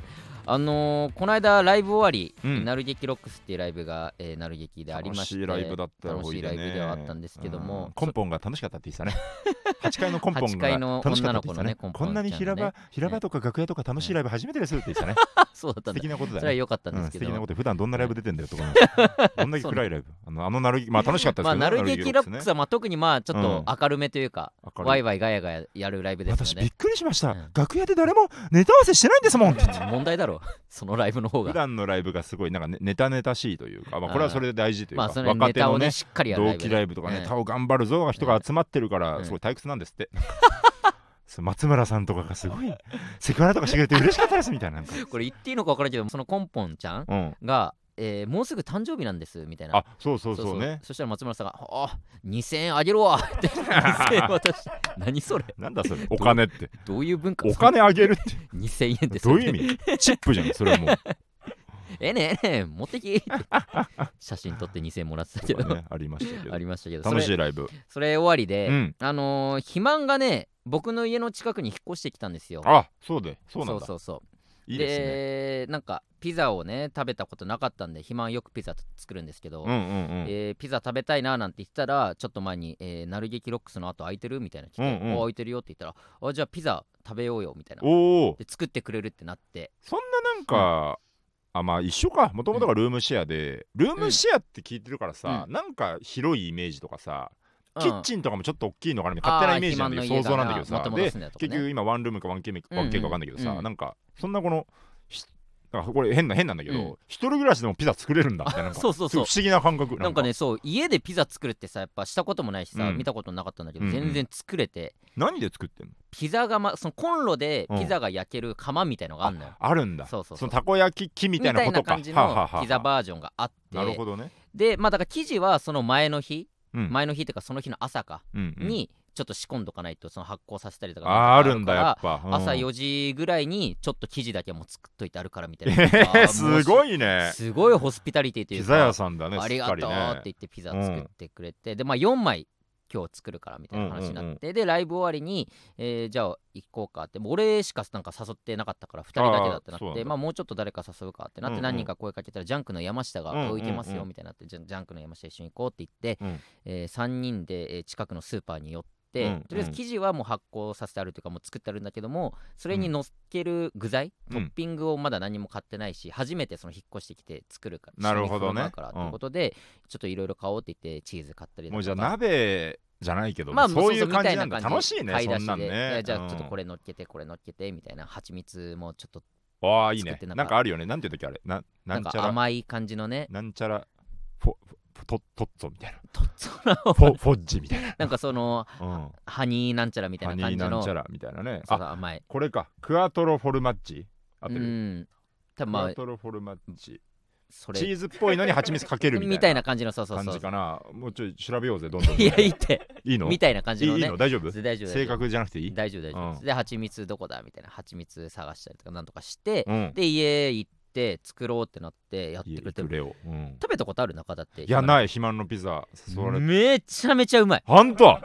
[SPEAKER 1] あのーこの間ライブ終わり、
[SPEAKER 2] うん
[SPEAKER 1] なる劇ロックスっていうライブが、えー、なる劇であり
[SPEAKER 2] 楽
[SPEAKER 1] まして
[SPEAKER 2] しいライブだったよ
[SPEAKER 1] 楽しいライブではあったんですけども
[SPEAKER 2] うんコンポンが楽しかったって言ってたね 8階のコンポン
[SPEAKER 1] 8
[SPEAKER 2] が
[SPEAKER 1] 階の
[SPEAKER 2] 楽しかったって言っ
[SPEAKER 1] 女の子の
[SPEAKER 2] てたね
[SPEAKER 1] ねコンポンちゃんがね
[SPEAKER 2] こんなに平場、平場とか楽屋とか楽しいライブ初めてですって言ってたね
[SPEAKER 1] そうだった
[SPEAKER 2] 素
[SPEAKER 1] んだ
[SPEAKER 2] 敵なこと
[SPEAKER 1] そ
[SPEAKER 2] だ
[SPEAKER 1] れは
[SPEAKER 2] ね
[SPEAKER 1] 良かったん
[SPEAKER 2] う
[SPEAKER 1] で
[SPEAKER 2] ん
[SPEAKER 1] すけ
[SPEAKER 2] 素敵
[SPEAKER 1] ど、
[SPEAKER 2] なこと普段どんなライブ出てんだよとか思ってどんだけ暗いライブあのあのなるまあ楽しかったです
[SPEAKER 1] まあ、
[SPEAKER 2] けどね
[SPEAKER 1] なる劇ロックス
[SPEAKER 2] ね
[SPEAKER 1] はまあ特にまあちょっと
[SPEAKER 2] う
[SPEAKER 1] 明るめというか、
[SPEAKER 2] 明るい
[SPEAKER 1] ワイワイガヤガヤやるライブです
[SPEAKER 2] 私
[SPEAKER 1] よ
[SPEAKER 2] び
[SPEAKER 1] ね
[SPEAKER 2] っ。くりしました、
[SPEAKER 1] うん
[SPEAKER 2] 楽屋で誰もネタ合わせしてないんですもんって言って
[SPEAKER 1] 問題だろう、 そのライブの方
[SPEAKER 2] 普
[SPEAKER 1] が。
[SPEAKER 2] 段のライブがすごいなんかねネタネタしいというか、まあ、これはそれで大事という
[SPEAKER 1] まあ
[SPEAKER 2] か、
[SPEAKER 1] そのネ
[SPEAKER 2] 若手
[SPEAKER 1] タを
[SPEAKER 2] の
[SPEAKER 1] ね
[SPEAKER 2] ね
[SPEAKER 1] しっかりやるライ
[SPEAKER 2] 同
[SPEAKER 1] ブ、
[SPEAKER 2] 期ライブとか
[SPEAKER 1] う
[SPEAKER 2] ね
[SPEAKER 1] ん、
[SPEAKER 2] 他を頑張るぞが人が集まってるか
[SPEAKER 1] う
[SPEAKER 2] ら、
[SPEAKER 1] ん
[SPEAKER 2] すごい退屈なんですって。そう松村さんとかがすごいセクハラとかしてくれて嬉しかったですみたいな。なんか
[SPEAKER 1] これ言っていいのか分からないけどそのコンポンちゃん
[SPEAKER 2] うん、
[SPEAKER 1] が、えーもうすぐ誕生日なんですみたいな
[SPEAKER 2] あそうそうそうね。
[SPEAKER 1] そしたら松村さんが「あ2000円あげろわ」って2000円 渡して何それ
[SPEAKER 2] なんだそれお金って。
[SPEAKER 1] どういう文化
[SPEAKER 2] お金あげるっ
[SPEAKER 1] そんな2000円で
[SPEAKER 2] て
[SPEAKER 1] すよ
[SPEAKER 2] どう
[SPEAKER 1] ね
[SPEAKER 2] いう意 味チップじゃん、それはもう。
[SPEAKER 1] ええねええね持ってき って写真撮って2000円もらってたけ
[SPEAKER 2] と
[SPEAKER 1] ど、
[SPEAKER 2] かねありましたけ
[SPEAKER 1] あ
[SPEAKER 2] ど。
[SPEAKER 1] りましたけど
[SPEAKER 2] 楽
[SPEAKER 1] そ
[SPEAKER 2] し
[SPEAKER 1] れ
[SPEAKER 2] いライブ。
[SPEAKER 1] それ終わりで、
[SPEAKER 2] うん。
[SPEAKER 1] あのー肥満がね僕の家の近くに引っ越してきたんですよ
[SPEAKER 2] あそうで、そうなんだ
[SPEAKER 1] そう。そうそう
[SPEAKER 2] いいですね。
[SPEAKER 1] なんかピザをね食べたことなかったんで暇よくピザ作るんですけど、
[SPEAKER 2] うんうんうん。
[SPEAKER 1] えーピザ食べたいななんて言ってたらちょっと前に、えー、なる劇ロックスの後空いてるみたいな来て、
[SPEAKER 2] うんうん
[SPEAKER 1] お空いてるよって言ったらあじゃあピザ食べようよみたいな
[SPEAKER 2] おお。
[SPEAKER 1] で作ってくれるってなって
[SPEAKER 2] そんななんか、あまあ一緒かもともとがルームシェアで、ルームシェアって聞いてるからさ、
[SPEAKER 1] う
[SPEAKER 2] なんか広いイメージとかさ、
[SPEAKER 1] うん
[SPEAKER 2] キッチンとかもちょっと大きいのかな勝手なイメージなんだけ
[SPEAKER 1] あー
[SPEAKER 2] ど想像なんだけどさ
[SPEAKER 1] 肥満の家がな元
[SPEAKER 2] で
[SPEAKER 1] 々住んでたとこね
[SPEAKER 2] 結局今ワンルームかワンケーかワンケーか分かんないけどさ、
[SPEAKER 1] うんうん
[SPEAKER 2] なんかそんなこのひなんかこれ変な変なんだけど、
[SPEAKER 1] うん
[SPEAKER 2] 一人暮らしでもピザ作れるんだみたいななんか
[SPEAKER 1] そうそう
[SPEAKER 2] すご
[SPEAKER 1] そう
[SPEAKER 2] い不思議な感覚
[SPEAKER 1] なんかねそう家でピザ作るってさやっぱしたこともないしさ、
[SPEAKER 2] うん
[SPEAKER 1] 見たことなかったんだけど、
[SPEAKER 2] うんうん
[SPEAKER 1] 全然作れて
[SPEAKER 2] 何で作ってんの
[SPEAKER 1] ピザ窯そのコンロでピザが焼ける窯みたいのがあんのよ、
[SPEAKER 2] あるんだ
[SPEAKER 1] そうそうそう
[SPEAKER 2] のたこ焼き器み
[SPEAKER 1] み
[SPEAKER 2] た
[SPEAKER 1] た
[SPEAKER 2] いないこと
[SPEAKER 1] な
[SPEAKER 2] か
[SPEAKER 1] 感じ
[SPEAKER 2] はあはあはあ
[SPEAKER 1] のピザバージョンがあって
[SPEAKER 2] なるほどね、
[SPEAKER 1] でまあだから生地はその前の日、
[SPEAKER 2] うん
[SPEAKER 1] 前の日っていうかその日の朝か
[SPEAKER 2] うんうん
[SPEAKER 1] にちょっと仕込んどかないとその発酵させたりとか
[SPEAKER 2] あああるんだ
[SPEAKER 1] なんか
[SPEAKER 2] やっぱ、
[SPEAKER 1] あるから朝4
[SPEAKER 2] 時
[SPEAKER 1] 時ぐらいにちょっと生地だけもう作っといてあるからみたいな、
[SPEAKER 2] えすご
[SPEAKER 1] い
[SPEAKER 2] いね
[SPEAKER 1] すごいホスピタリティという
[SPEAKER 2] ピ
[SPEAKER 1] か
[SPEAKER 2] ザ屋さんだね
[SPEAKER 1] ありがとうって言ってピザ作ってくれて、でまあ4枚今日作るからみたいな話になって、でライブ終わりに、えーじゃあ行こうかってもう俺しかなんか誘ってなかったから2人だけだってな
[SPEAKER 2] あーそう
[SPEAKER 1] っ
[SPEAKER 2] な
[SPEAKER 1] て
[SPEAKER 2] んだ
[SPEAKER 1] まあもうちょっと誰か誘うかってなっ
[SPEAKER 2] うんう
[SPEAKER 1] て
[SPEAKER 2] ん
[SPEAKER 1] 何人か声かけたら、ジャンクの山下が
[SPEAKER 2] うんうんうん
[SPEAKER 1] 置いてますよみたいになって、ジャンジャンクの山下一緒に行こうって言って、
[SPEAKER 2] うん
[SPEAKER 1] え3人で、えー近くのスーパーに寄って。で
[SPEAKER 2] うんうん
[SPEAKER 1] とりあえず生地はもう発酵させてあるというかもう作ってあるんだけどもそれに乗っける具材、
[SPEAKER 2] うん
[SPEAKER 1] トッピングをまだ何も買ってないし初めてその引っ越してきて作るから
[SPEAKER 2] なるほどね
[SPEAKER 1] 一緒に振る舞うからということで、ちょっといろいろ買おうって言ってチーズ買ったりだとか
[SPEAKER 2] もうじゃあ鍋じゃないけど、
[SPEAKER 1] まあ
[SPEAKER 2] そういう
[SPEAKER 1] み
[SPEAKER 2] 感
[SPEAKER 1] た
[SPEAKER 2] じ
[SPEAKER 1] い
[SPEAKER 2] なんだ
[SPEAKER 1] 感じ
[SPEAKER 2] 楽しいね
[SPEAKER 1] 買い出
[SPEAKER 2] そ
[SPEAKER 1] し
[SPEAKER 2] ん
[SPEAKER 1] で
[SPEAKER 2] なん
[SPEAKER 1] い
[SPEAKER 2] ね
[SPEAKER 1] やじゃあちょっとこ
[SPEAKER 2] れ
[SPEAKER 1] れ乗っけてこれ乗っけてみたいな蜂蜜もちょっと
[SPEAKER 2] ああいい
[SPEAKER 1] 作っ
[SPEAKER 2] ね
[SPEAKER 1] てな
[SPEAKER 2] なんん
[SPEAKER 1] か
[SPEAKER 2] かあるよねなんていう時あれなな
[SPEAKER 1] なん
[SPEAKER 2] んち
[SPEAKER 1] か
[SPEAKER 2] ゃら
[SPEAKER 1] 甘い感じのね
[SPEAKER 2] なんちゃらフォフォトトッツォみたいな
[SPEAKER 1] とっつぁんを
[SPEAKER 2] フォフォッジみたいな、
[SPEAKER 1] なんかその
[SPEAKER 2] うん、
[SPEAKER 1] ハニーなんちゃらみた
[SPEAKER 2] ハ
[SPEAKER 1] い
[SPEAKER 2] ニ
[SPEAKER 1] な感
[SPEAKER 2] ー
[SPEAKER 1] じ
[SPEAKER 2] なん
[SPEAKER 1] の
[SPEAKER 2] ち
[SPEAKER 1] そ
[SPEAKER 2] ゃ
[SPEAKER 1] う
[SPEAKER 2] らみたいなねあ
[SPEAKER 1] だ甘い
[SPEAKER 2] これかクアトロフォルマッジ合って
[SPEAKER 1] う
[SPEAKER 2] る、
[SPEAKER 1] ん多分
[SPEAKER 2] ク
[SPEAKER 1] ま
[SPEAKER 2] ア
[SPEAKER 1] あ
[SPEAKER 2] トロフォルマッジ
[SPEAKER 1] そ
[SPEAKER 2] チ
[SPEAKER 1] れ
[SPEAKER 2] ーズっぽいのに蜂蜜かけるみ
[SPEAKER 1] み
[SPEAKER 2] た
[SPEAKER 1] た
[SPEAKER 2] い
[SPEAKER 1] い
[SPEAKER 2] な
[SPEAKER 1] な感じのそうそう
[SPEAKER 2] 感
[SPEAKER 1] そ
[SPEAKER 2] じ
[SPEAKER 1] う
[SPEAKER 2] かなもうちょい調べようぜどんどん
[SPEAKER 1] いやいいって
[SPEAKER 2] いいの
[SPEAKER 1] みたいな感じの
[SPEAKER 2] いい
[SPEAKER 1] ね
[SPEAKER 2] の大丈夫
[SPEAKER 1] 大丈夫
[SPEAKER 2] 正確じゃなくていい
[SPEAKER 1] 大丈夫大丈夫です
[SPEAKER 2] う
[SPEAKER 1] で蜂蜜どこだみたいな蜂蜜探したりとかなんとかして
[SPEAKER 2] うん
[SPEAKER 1] で家行って作ろうってなってやってくれて
[SPEAKER 2] く
[SPEAKER 1] 食
[SPEAKER 2] れよ、うん、
[SPEAKER 1] べたことある中だって
[SPEAKER 2] いやない肥満のピザ誘われて
[SPEAKER 1] めちゃめちゃうまい
[SPEAKER 2] ほんと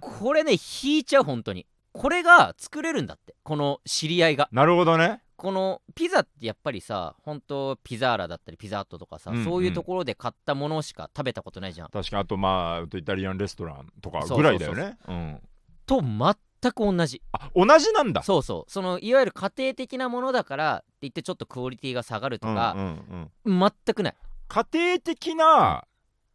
[SPEAKER 1] これね引いちゃう本当にこれが作れるんだってこの知り合いが
[SPEAKER 2] なるほどね
[SPEAKER 1] このピザってやっぱりさ本当ピザーラだったりピザートとかさ、
[SPEAKER 2] うんうん
[SPEAKER 1] そういうところで買ったものしか食べたことないじゃん
[SPEAKER 2] 確かあとまあイタリアンレストランとか
[SPEAKER 1] そうそうそう
[SPEAKER 2] ぐらいだよねうん
[SPEAKER 1] と全く同じ
[SPEAKER 2] あ同じなんだ
[SPEAKER 1] そうそうそのいわゆる家庭的なものだからって言ってちょっとクオリティが下がると
[SPEAKER 2] うん
[SPEAKER 1] か、
[SPEAKER 2] うんうん
[SPEAKER 1] 全くない
[SPEAKER 2] 家庭的な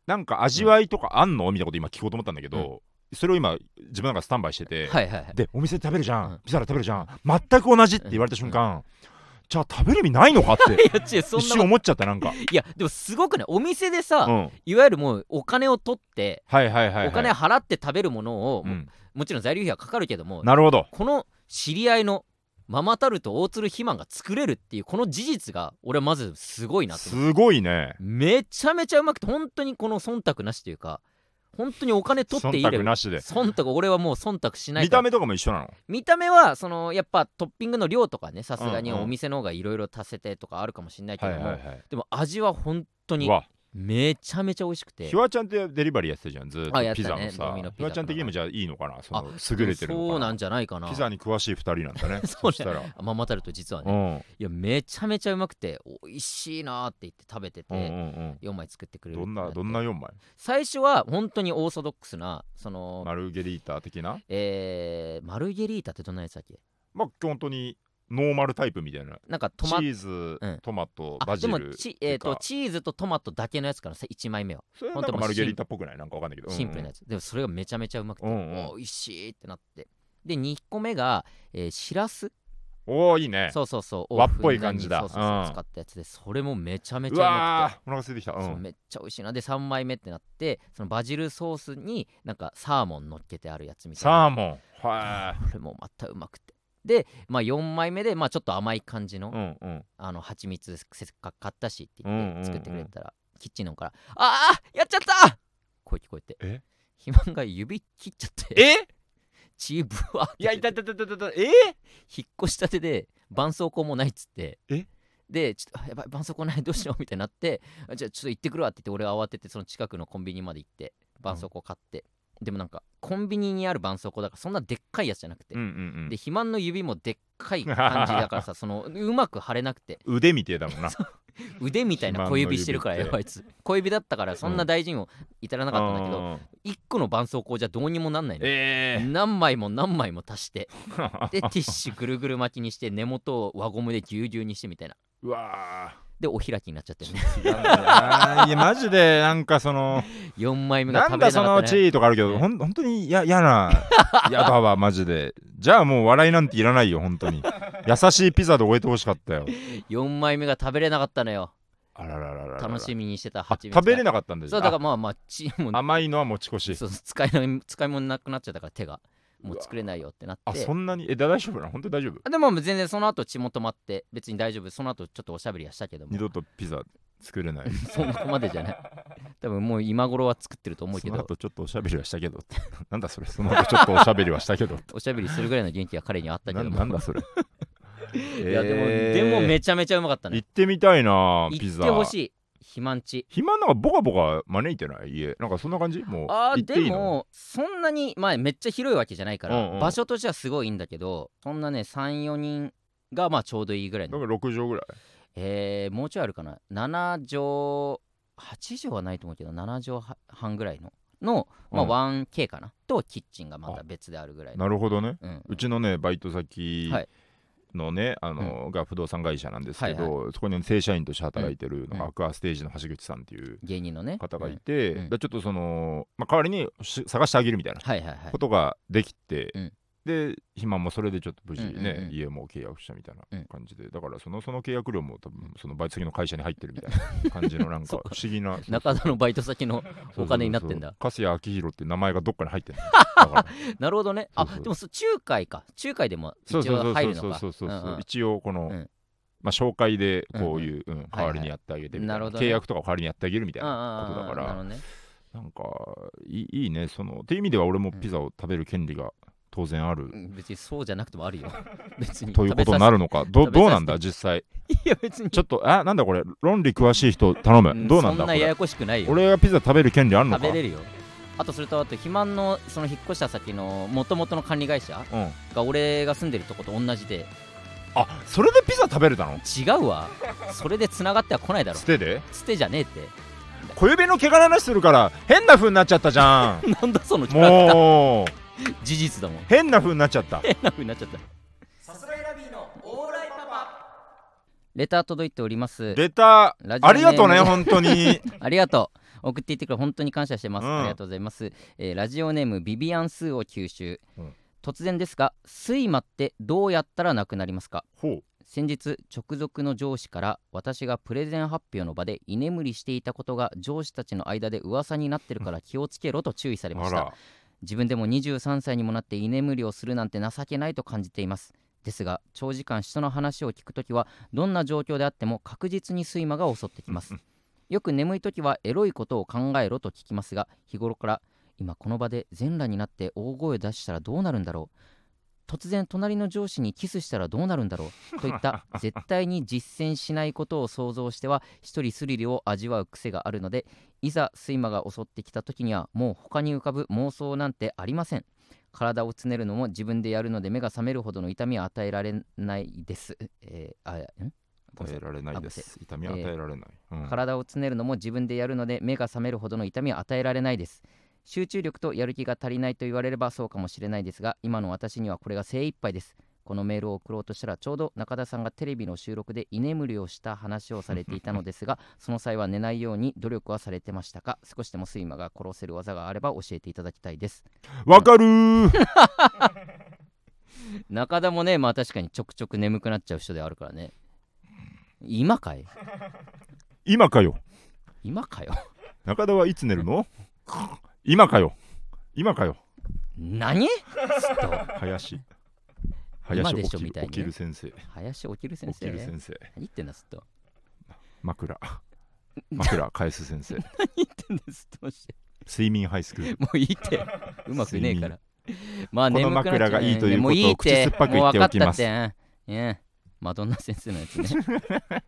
[SPEAKER 2] なんか味わいとかあんのみたいなこと今聞こうと思ったんだけど、それを今自分なんかスタンバイしてて、
[SPEAKER 1] はいはいはい
[SPEAKER 2] でお店で食べるじゃん、
[SPEAKER 1] うん
[SPEAKER 2] ピザで食べるじゃん全く同じって言われた瞬間、じゃあ食べる意味ないのかって
[SPEAKER 1] いや違うそんなこ
[SPEAKER 2] 一瞬
[SPEAKER 1] と
[SPEAKER 2] 思っちゃったなんか、
[SPEAKER 1] いやでもすごくねお店で
[SPEAKER 2] う
[SPEAKER 1] さ、
[SPEAKER 2] ん、
[SPEAKER 1] いわゆるもうお金を取って、
[SPEAKER 2] はいはいはい、はい、
[SPEAKER 1] お金払って食べるものを、
[SPEAKER 2] う
[SPEAKER 1] も
[SPEAKER 2] ん、
[SPEAKER 1] もちろん材料費はかかるけども
[SPEAKER 2] なるほど
[SPEAKER 1] この知り合いのママタルト大鶴肥満が作れるっていうこの事実が俺はまずすごいなと思う
[SPEAKER 2] すごいね
[SPEAKER 1] めちゃめちゃうまくて本当にこの忖度なしというか本当にお金取っていい
[SPEAKER 2] 忖
[SPEAKER 1] れ
[SPEAKER 2] 度
[SPEAKER 1] ば
[SPEAKER 2] なしで
[SPEAKER 1] 忖度俺はもう忖度しない
[SPEAKER 2] 見
[SPEAKER 1] か
[SPEAKER 2] た
[SPEAKER 1] ら
[SPEAKER 2] 目とかも一緒なの
[SPEAKER 1] 見た目はそのやっぱトッピングの量とかねさすがに
[SPEAKER 2] うんうん
[SPEAKER 1] お店の方がいろいろ足せてとかあるかもしれないけ
[SPEAKER 2] はい
[SPEAKER 1] ど
[SPEAKER 2] は
[SPEAKER 1] も、
[SPEAKER 2] いはい
[SPEAKER 1] でも味は本当に
[SPEAKER 2] うわ
[SPEAKER 1] めちゃめちゃ美味しくて
[SPEAKER 2] ひわちゃんってデリバリーやってたじゃんずーっ
[SPEAKER 1] あや
[SPEAKER 2] と
[SPEAKER 1] って
[SPEAKER 2] ピ
[SPEAKER 1] た
[SPEAKER 2] ザ
[SPEAKER 1] ね
[SPEAKER 2] のさ
[SPEAKER 1] ドミノピ
[SPEAKER 2] ひ
[SPEAKER 1] ザ
[SPEAKER 2] わちゃん的にもじゃあいいのかなその優れてるのかな
[SPEAKER 1] そうなんじゃないかな
[SPEAKER 2] ピザに詳しい二人なんだね
[SPEAKER 1] そうね
[SPEAKER 2] そしたら
[SPEAKER 1] ママタルト実は
[SPEAKER 2] う
[SPEAKER 1] ね、
[SPEAKER 2] んうん
[SPEAKER 1] いやめちゃめちゃうまくて美味しいなーって言って食べて
[SPEAKER 2] うん
[SPEAKER 1] て、
[SPEAKER 2] うん
[SPEAKER 1] 4枚作ってくれる
[SPEAKER 2] どんな
[SPEAKER 1] って
[SPEAKER 2] どんな
[SPEAKER 1] って
[SPEAKER 2] 4枚
[SPEAKER 1] 最初は本当にオーソドックスなその、
[SPEAKER 2] マルゲリータ的な
[SPEAKER 1] えーマルゲリータってどんなやつだっけ
[SPEAKER 2] まあ本当にノーマルタイプみたいな
[SPEAKER 1] なんかト
[SPEAKER 2] チ
[SPEAKER 1] マ
[SPEAKER 2] ーズ、
[SPEAKER 1] うん
[SPEAKER 2] トマト
[SPEAKER 1] あ
[SPEAKER 2] バジ
[SPEAKER 1] でも
[SPEAKER 2] ル
[SPEAKER 1] チ,、えー、と
[SPEAKER 2] てか
[SPEAKER 1] チーズとトマトだけのやつからさ1枚目は
[SPEAKER 2] それなん
[SPEAKER 1] ほんと
[SPEAKER 2] か
[SPEAKER 1] もう
[SPEAKER 2] マルゲリータっぽくないなんかわかんないけど
[SPEAKER 1] シンプルなや
[SPEAKER 2] つ、
[SPEAKER 1] つ、でもそれがめちゃめちゃうまくて、
[SPEAKER 2] うんうん
[SPEAKER 1] お美味しいってなってで2個目が、えーシラス
[SPEAKER 2] うんうんおおいいね
[SPEAKER 1] そうそうそう
[SPEAKER 2] 和っぽい感じだ
[SPEAKER 1] そうそうそう
[SPEAKER 2] うん
[SPEAKER 1] 使ったやつでそれもめちゃめちゃ
[SPEAKER 2] う
[SPEAKER 1] うまくて
[SPEAKER 2] わーお腹空いてきたう
[SPEAKER 1] そうんめっちゃ美味しいなで3枚目ってなってそのバジルソースになんかサーモン乗っけてあるやつみたい
[SPEAKER 2] サー
[SPEAKER 1] な
[SPEAKER 2] モンは
[SPEAKER 1] これもまたうまくてで、まあ、4枚目で、まあ、ちょっと甘い感じの,、
[SPEAKER 2] いうんうん
[SPEAKER 1] あの蜂蜜せっかく買ったしって言
[SPEAKER 2] うんうん
[SPEAKER 1] っ
[SPEAKER 2] うん
[SPEAKER 1] て作ってくれたら、キッチンの方から「ああやっちゃった!」声聞こえて
[SPEAKER 2] え
[SPEAKER 1] 肥満が指切っちゃって
[SPEAKER 2] え
[SPEAKER 1] チーブワーって
[SPEAKER 2] いやいたいたいたいたいたえ
[SPEAKER 1] 引っ越したてで絆創膏もないっつって
[SPEAKER 2] え
[SPEAKER 1] でちょっとあやばい絆創膏ないどうしようみたいになってあじゃあちょっと行ってくるわって言って俺は慌ててその近くのコンビニまで行って絆創膏買って、でもなんかコンビニにある絆創膏だからそんなでっかいやつじゃなくて、
[SPEAKER 2] うんうん
[SPEAKER 1] で肥満の指もでっか い感じだからさそのうまく腫れなくて
[SPEAKER 2] うん、腕みてえだもんな
[SPEAKER 1] 腕みたいな小指してるから
[SPEAKER 2] 肥
[SPEAKER 1] や
[SPEAKER 2] 満の
[SPEAKER 1] ばいつ小指だったからそんな大事にも至らなかったんだけど、
[SPEAKER 2] うん
[SPEAKER 1] 一1個の絆創膏じゃどうにもなんないの、
[SPEAKER 2] え
[SPEAKER 1] 何枚も何枚も足してで
[SPEAKER 2] え
[SPEAKER 1] ティッシュぐるぐる巻きにして根元を輪ゴムでぎゅうぎゅうにしてみたいな
[SPEAKER 2] うわ
[SPEAKER 1] でお開きになっちゃって るね
[SPEAKER 2] ー違うんだよないやマジでなんかその
[SPEAKER 1] 4枚目が
[SPEAKER 2] な
[SPEAKER 1] 食
[SPEAKER 2] ん
[SPEAKER 1] べ
[SPEAKER 2] だ
[SPEAKER 1] れな
[SPEAKER 2] そ
[SPEAKER 1] か
[SPEAKER 2] の
[SPEAKER 1] っ
[SPEAKER 2] う
[SPEAKER 1] た、ね、
[SPEAKER 2] ちとかあるけどほん本当にや嫌なやだわマジでじゃあもう笑いなんていらないよ本当 に優しいピザで終えてほしかったよ
[SPEAKER 1] 4枚目が食べれなかったのよ
[SPEAKER 2] あららららら
[SPEAKER 1] 楽しみにしてた
[SPEAKER 2] あ
[SPEAKER 1] 蜂蜜が
[SPEAKER 2] 食べれなかったんです
[SPEAKER 1] そうだからまあまあチーム
[SPEAKER 2] 甘いのは持ち越し
[SPEAKER 1] そう使いな使い物なくなっちゃったから手がもう
[SPEAKER 2] うわ
[SPEAKER 1] 作れないよってなっ
[SPEAKER 2] あ
[SPEAKER 1] て
[SPEAKER 2] そんなにえだ大丈夫なの本当に大丈夫
[SPEAKER 1] あでも全然その後血も止まって別に大丈夫その後ちょっとおしゃべりはしたけども
[SPEAKER 2] 二度とピザ作れない
[SPEAKER 1] そこまでじゃない多分もう今頃は作ってると思う
[SPEAKER 2] そ
[SPEAKER 1] け
[SPEAKER 2] の
[SPEAKER 1] ど
[SPEAKER 2] 後ちょっとおしゃべりはしたけど なんだそれその後ちょっとおしゃべりはしたけど
[SPEAKER 1] おしゃべりするぐらいの元気が彼にはあったけ
[SPEAKER 2] な
[SPEAKER 1] ども
[SPEAKER 2] なんだそれ
[SPEAKER 1] いやでも、
[SPEAKER 2] え
[SPEAKER 1] で
[SPEAKER 2] ー
[SPEAKER 1] もめちゃめちゃうまかったね
[SPEAKER 2] 行ってみたいな
[SPEAKER 1] 行
[SPEAKER 2] ピザ
[SPEAKER 1] ってほしい肥満地
[SPEAKER 2] 暇なんかボカボカ招いてない家なんかそんな感じもう
[SPEAKER 1] あ
[SPEAKER 2] 行
[SPEAKER 1] ー
[SPEAKER 2] ってい
[SPEAKER 1] で
[SPEAKER 2] いの
[SPEAKER 1] もそんなにまあめっちゃ広いわけじゃないから、
[SPEAKER 2] うんうん
[SPEAKER 1] 場所としてはすごいいいんだけどそんなね34人がまあちょうどいいぐらい
[SPEAKER 2] だ
[SPEAKER 1] の
[SPEAKER 2] から6畳ぐらい
[SPEAKER 1] えー、もうちょいあるかな7畳8畳はないと思うけど7畳半ぐらいのの、まあ、
[SPEAKER 2] うん
[SPEAKER 1] 1K かな、とキッチンがまた別であるぐらいの
[SPEAKER 2] なるほどね
[SPEAKER 1] うん、
[SPEAKER 2] うちのねバイト先
[SPEAKER 1] はい
[SPEAKER 2] のね、あのが不動産会社なんですけど、
[SPEAKER 1] はい
[SPEAKER 2] そこに正社員として働いてる、
[SPEAKER 1] うんうん
[SPEAKER 2] アクアステージの橋口さんっていう
[SPEAKER 1] 芸人のね
[SPEAKER 2] 方が
[SPEAKER 1] う
[SPEAKER 2] い
[SPEAKER 1] ん
[SPEAKER 2] て、
[SPEAKER 1] うん
[SPEAKER 2] だからちょっとその、まあ、代わりにし探してあげるみたいな
[SPEAKER 1] はいはいはい
[SPEAKER 2] ことができて、
[SPEAKER 1] うん
[SPEAKER 2] で暇もそれでちょっと無事ね、
[SPEAKER 1] うんうんうん
[SPEAKER 2] 家も契約したみたいな
[SPEAKER 1] うん
[SPEAKER 2] 感じでだからそのその契約料も多分そのバイト先の会社に入ってるみたいな感じのなん か
[SPEAKER 1] そう
[SPEAKER 2] 不思議な
[SPEAKER 1] 中田のバイト先のお金になってんだ
[SPEAKER 2] そうそうそう粕谷明宏って名前がどっかに入ってるだ から
[SPEAKER 1] なるほどねあ
[SPEAKER 2] そうそう
[SPEAKER 1] でもそう仲介か仲介でも一
[SPEAKER 2] そうそうそ
[SPEAKER 1] 応
[SPEAKER 2] う
[SPEAKER 1] 入る
[SPEAKER 2] そ
[SPEAKER 1] の
[SPEAKER 2] う
[SPEAKER 1] か
[SPEAKER 2] そうそううんそう
[SPEAKER 1] うん
[SPEAKER 2] 一応この、
[SPEAKER 1] うん
[SPEAKER 2] まあ、紹介でこういう、うん代わりにやってあげてみ
[SPEAKER 1] な
[SPEAKER 2] たい
[SPEAKER 1] るほ
[SPEAKER 2] な、
[SPEAKER 1] どね
[SPEAKER 2] 契約とかを代わりにやってあげるみたいなことだか
[SPEAKER 1] うんうんうんなるほど
[SPEAKER 2] ら
[SPEAKER 1] ね
[SPEAKER 2] なんかいいいいねそのっていう意味では俺もピザを食べる権利が当然ある、
[SPEAKER 1] うん別にそうじゃなくてもある よ別に
[SPEAKER 2] ということにな
[SPEAKER 1] る
[SPEAKER 2] るのかど
[SPEAKER 1] 食べ
[SPEAKER 2] ど
[SPEAKER 1] させて
[SPEAKER 2] うなんだ実際
[SPEAKER 1] いや別に
[SPEAKER 2] ちょっとあなんだこれ論理詳しい人頼む、どうなん
[SPEAKER 1] そん
[SPEAKER 2] だこ
[SPEAKER 1] なや
[SPEAKER 2] れ
[SPEAKER 1] やこしくないよ
[SPEAKER 2] 俺がピザ食べる権利あるの
[SPEAKER 1] 食
[SPEAKER 2] か
[SPEAKER 1] べれるよあとそれとあと肥満のその引っ越した先の元々の管理会社
[SPEAKER 2] うん、
[SPEAKER 1] が俺が住んでるとこと同じで
[SPEAKER 2] あそれでピザ食べれたの
[SPEAKER 1] 違うわそれで繋がっては来ないだろ
[SPEAKER 2] 捨てで
[SPEAKER 1] つてじゃねえって
[SPEAKER 2] 小指の毛がらなしするから変な風になっちゃったじゃん
[SPEAKER 1] なんだその
[SPEAKER 2] もう
[SPEAKER 1] 事実だもん
[SPEAKER 2] 変な風になっちゃった
[SPEAKER 1] 変な風になっちゃったレター届いております
[SPEAKER 2] レタ
[SPEAKER 1] ラジ
[SPEAKER 2] ー
[SPEAKER 1] オ
[SPEAKER 2] ありがとうね
[SPEAKER 1] ネーム
[SPEAKER 2] 本当に
[SPEAKER 1] ありがとう送っていってくれ本当に感謝してます、
[SPEAKER 2] うん
[SPEAKER 1] ありがとうございます、えーラジオネームビビアンスーを吸収、
[SPEAKER 2] うん
[SPEAKER 1] 突然ですが睡魔ってどうやったらなくなりますか
[SPEAKER 2] ほ
[SPEAKER 1] 先日直属の上司から私がプレゼン発表の場で居眠りしていたことが上司たちの間で噂になってるから気をつけろと注意され
[SPEAKER 2] う
[SPEAKER 1] ま
[SPEAKER 2] あ
[SPEAKER 1] した
[SPEAKER 2] ら
[SPEAKER 1] 自分でも23歳にもなって居眠りをするなんて情けないと感じていますですが長時間人の話を聞くときはどんな状況であっても確実に睡魔が襲ってきますよく眠いときはエロいことを考えろと聞きますが日頃から今この場で全裸になって大声出したらどうなるんだろう突然隣の上司にキスしたらどうなるんだろうといった絶対に実践しないことを想像しては一人スリルを味わう癖があるのでいざ睡魔が襲ってきた時にはもう他に浮かぶ妄想なんてありません体をつねるのも自分でやるので目が覚めるほどの痛みは与えられないです、えーあんごめん
[SPEAKER 2] 与
[SPEAKER 1] なさい
[SPEAKER 2] えられないです痛みは与えられない、うん
[SPEAKER 1] 体をつねるのも自分でやるので目が覚めるほどの痛みは与えられないです集中力とやる気が足りないと言われればそうかもしれないですが今の私にはこれが精一杯ですこのメールを送ろうとしたらちょうど中田さんがテレビの収録で居眠りをした話をされていたの ですがその際は寝ないように努力はされてましたか少しでも睡魔が殺せる技があれば教えていただきたいです
[SPEAKER 2] わかるー
[SPEAKER 1] 中田もねまあ確かにちょくちょく眠くなっちゃう人ではあるからね今かい
[SPEAKER 2] 今かよ
[SPEAKER 1] 今かよ
[SPEAKER 2] 中田はいつ寝 るの今かよ今かよ
[SPEAKER 1] 何
[SPEAKER 2] 林
[SPEAKER 1] 今
[SPEAKER 2] 林
[SPEAKER 1] で
[SPEAKER 2] 起
[SPEAKER 1] し
[SPEAKER 2] き
[SPEAKER 1] ょ
[SPEAKER 2] る
[SPEAKER 1] みたい
[SPEAKER 2] 起
[SPEAKER 1] にね
[SPEAKER 2] きる先生
[SPEAKER 1] 林起きる先
[SPEAKER 2] 起
[SPEAKER 1] 生
[SPEAKER 2] きる先生
[SPEAKER 1] 何言ってんだすっ と
[SPEAKER 2] 枕枕返す 先生
[SPEAKER 1] 言ってんですどうして
[SPEAKER 2] 睡眠ハイスクール
[SPEAKER 1] もういい ってうまくねえからまあ
[SPEAKER 2] こ
[SPEAKER 1] 眠
[SPEAKER 2] の
[SPEAKER 1] くなっちゃ
[SPEAKER 2] 枕がいいということを
[SPEAKER 1] もういいっ
[SPEAKER 2] 口
[SPEAKER 1] て
[SPEAKER 2] 酸っぱく言っておきます
[SPEAKER 1] もう分かったってうんマドンナ先生のやつね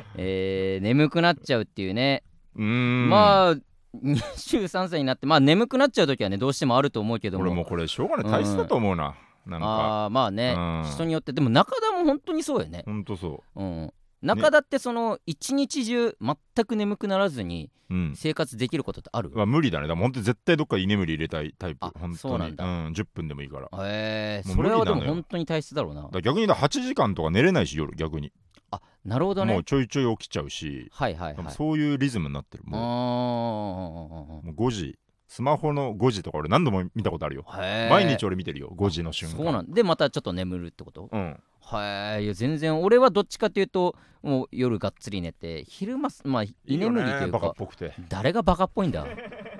[SPEAKER 1] えー、眠くなっちゃうっていうね、
[SPEAKER 2] うーん
[SPEAKER 1] まあ23歳になってまあ眠くなっちゃう時はねどうしてもあると思うけども
[SPEAKER 2] 俺もうこれしょうがない体質だと思うな、なんか
[SPEAKER 1] あーまあね、
[SPEAKER 2] うん
[SPEAKER 1] 人によってでも中田も本当にそうよね、
[SPEAKER 2] ほんとそ
[SPEAKER 1] うん、中田ってその一日中全く眠くならずに
[SPEAKER 2] ううん
[SPEAKER 1] 生活できることってある、
[SPEAKER 2] まあ無理だねだからほんと絶対どっか居眠り入れたいタイプ
[SPEAKER 1] あ
[SPEAKER 2] ほん
[SPEAKER 1] そう
[SPEAKER 2] と
[SPEAKER 1] な
[SPEAKER 2] に
[SPEAKER 1] ん
[SPEAKER 2] ん
[SPEAKER 1] だ
[SPEAKER 2] 10分でもいいからだか
[SPEAKER 1] えー、
[SPEAKER 2] もう
[SPEAKER 1] それは
[SPEAKER 2] 無理
[SPEAKER 1] で
[SPEAKER 2] なのよ
[SPEAKER 1] も本当に体質だろうな
[SPEAKER 2] ら逆にだから8時間とか寝れないし夜逆に
[SPEAKER 1] あなるほど
[SPEAKER 2] も
[SPEAKER 1] ね
[SPEAKER 2] うちょいちょい起きちゃうし
[SPEAKER 1] はいはいはい
[SPEAKER 2] そういうリズムになってるも
[SPEAKER 1] あ
[SPEAKER 2] うもう5時スマホの5時とか俺何度も見たことあるよ
[SPEAKER 1] ーへー
[SPEAKER 2] 毎日俺見てるよ5時の瞬間
[SPEAKER 1] そうなんでまたちょっと眠るってこと
[SPEAKER 2] うん
[SPEAKER 1] はいいや全然俺はどっちかというともう夜がっつり寝て昼間すまあ居眠りと
[SPEAKER 2] よ
[SPEAKER 1] い
[SPEAKER 2] ね
[SPEAKER 1] う
[SPEAKER 2] バカっ
[SPEAKER 1] か
[SPEAKER 2] ぽくて
[SPEAKER 1] 誰がバカっぽいんだ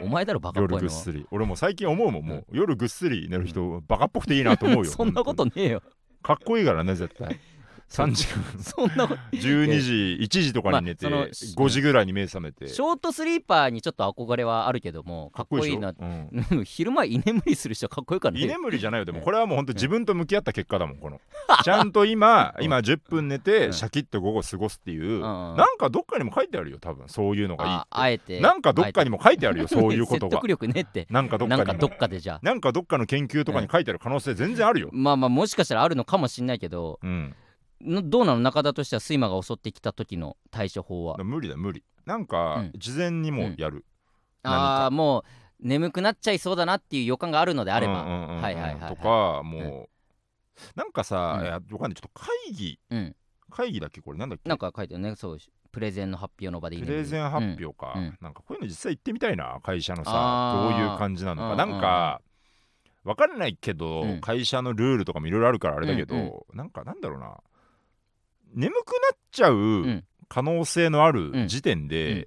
[SPEAKER 1] お前だろバカっぽい
[SPEAKER 2] 夜ぐっ
[SPEAKER 1] のは
[SPEAKER 2] すり俺もう最近思うもんもう夜ぐっすり寝る人バカっぽくていいなと思う よ
[SPEAKER 1] そんなこと
[SPEAKER 2] 本
[SPEAKER 1] ねえよ
[SPEAKER 2] 当にかっこいいからね 絶対3時間
[SPEAKER 1] そんなこと
[SPEAKER 2] 12時1時とかに寝て
[SPEAKER 1] まあその
[SPEAKER 2] 5時ぐらいに目覚めて
[SPEAKER 1] ショートスリーパーにちょっと憧れはあるけどもかっこいいな
[SPEAKER 2] かっこいいでしょうん
[SPEAKER 1] 昼間居眠りする人はかっこよかね
[SPEAKER 2] 居眠りじゃないよでもこれはもう本当自分と向き合った結果だもんこのちゃんと 今今10分寝
[SPEAKER 1] うん
[SPEAKER 2] てシャキッと午後過ごすっていううん
[SPEAKER 1] うん
[SPEAKER 2] なんかどっかにも書いてあるよ多分そういうの
[SPEAKER 1] あ
[SPEAKER 2] がい
[SPEAKER 1] あえ
[SPEAKER 2] い
[SPEAKER 1] て
[SPEAKER 2] ってなんかどっか
[SPEAKER 1] に
[SPEAKER 2] にも書いて あるよそういうこ
[SPEAKER 1] 説
[SPEAKER 2] とが
[SPEAKER 1] 得力ねって
[SPEAKER 2] なんかどっか
[SPEAKER 1] なんか
[SPEAKER 2] に
[SPEAKER 1] ど
[SPEAKER 2] も
[SPEAKER 1] っかでじゃあ
[SPEAKER 2] なんかどっかの研究とかに書いてある可能性全然あるよ
[SPEAKER 1] まあまあもしかしたらあるのかもしんないけど
[SPEAKER 2] うん
[SPEAKER 1] のどうなの中田としては睡魔が襲ってきた時の対処法
[SPEAKER 2] だ
[SPEAKER 1] は
[SPEAKER 2] から無理だ無理なん
[SPEAKER 1] う
[SPEAKER 2] か
[SPEAKER 1] ん
[SPEAKER 2] 事前にもうやる何か
[SPEAKER 1] ああもう眠くなっちゃいそうだなっていう予感があるのであれば、
[SPEAKER 2] うんうんうんうん
[SPEAKER 1] はいはいはいはい
[SPEAKER 2] とかもうなんかさ
[SPEAKER 1] うん
[SPEAKER 2] いやわかんないちょっと会議
[SPEAKER 1] うん、
[SPEAKER 2] 会議だっけこれなんだっけ
[SPEAKER 1] なんか書いてるねそうプレゼンの発表の場でいいね
[SPEAKER 2] プレゼン発表か、
[SPEAKER 1] うんうん
[SPEAKER 2] なんかこういうの実際行ってみたいな会社の
[SPEAKER 1] あ
[SPEAKER 2] さ
[SPEAKER 1] ー
[SPEAKER 2] どういう感じなのか、
[SPEAKER 1] うん
[SPEAKER 2] なんかわかんないけど、
[SPEAKER 1] うん
[SPEAKER 2] 会社のルールとかもいろいろあるからあれだけど、
[SPEAKER 1] うん
[SPEAKER 2] なんかなんだろうな眠くなっちゃうん可能性のあ
[SPEAKER 1] うん
[SPEAKER 2] る時点で、
[SPEAKER 1] うん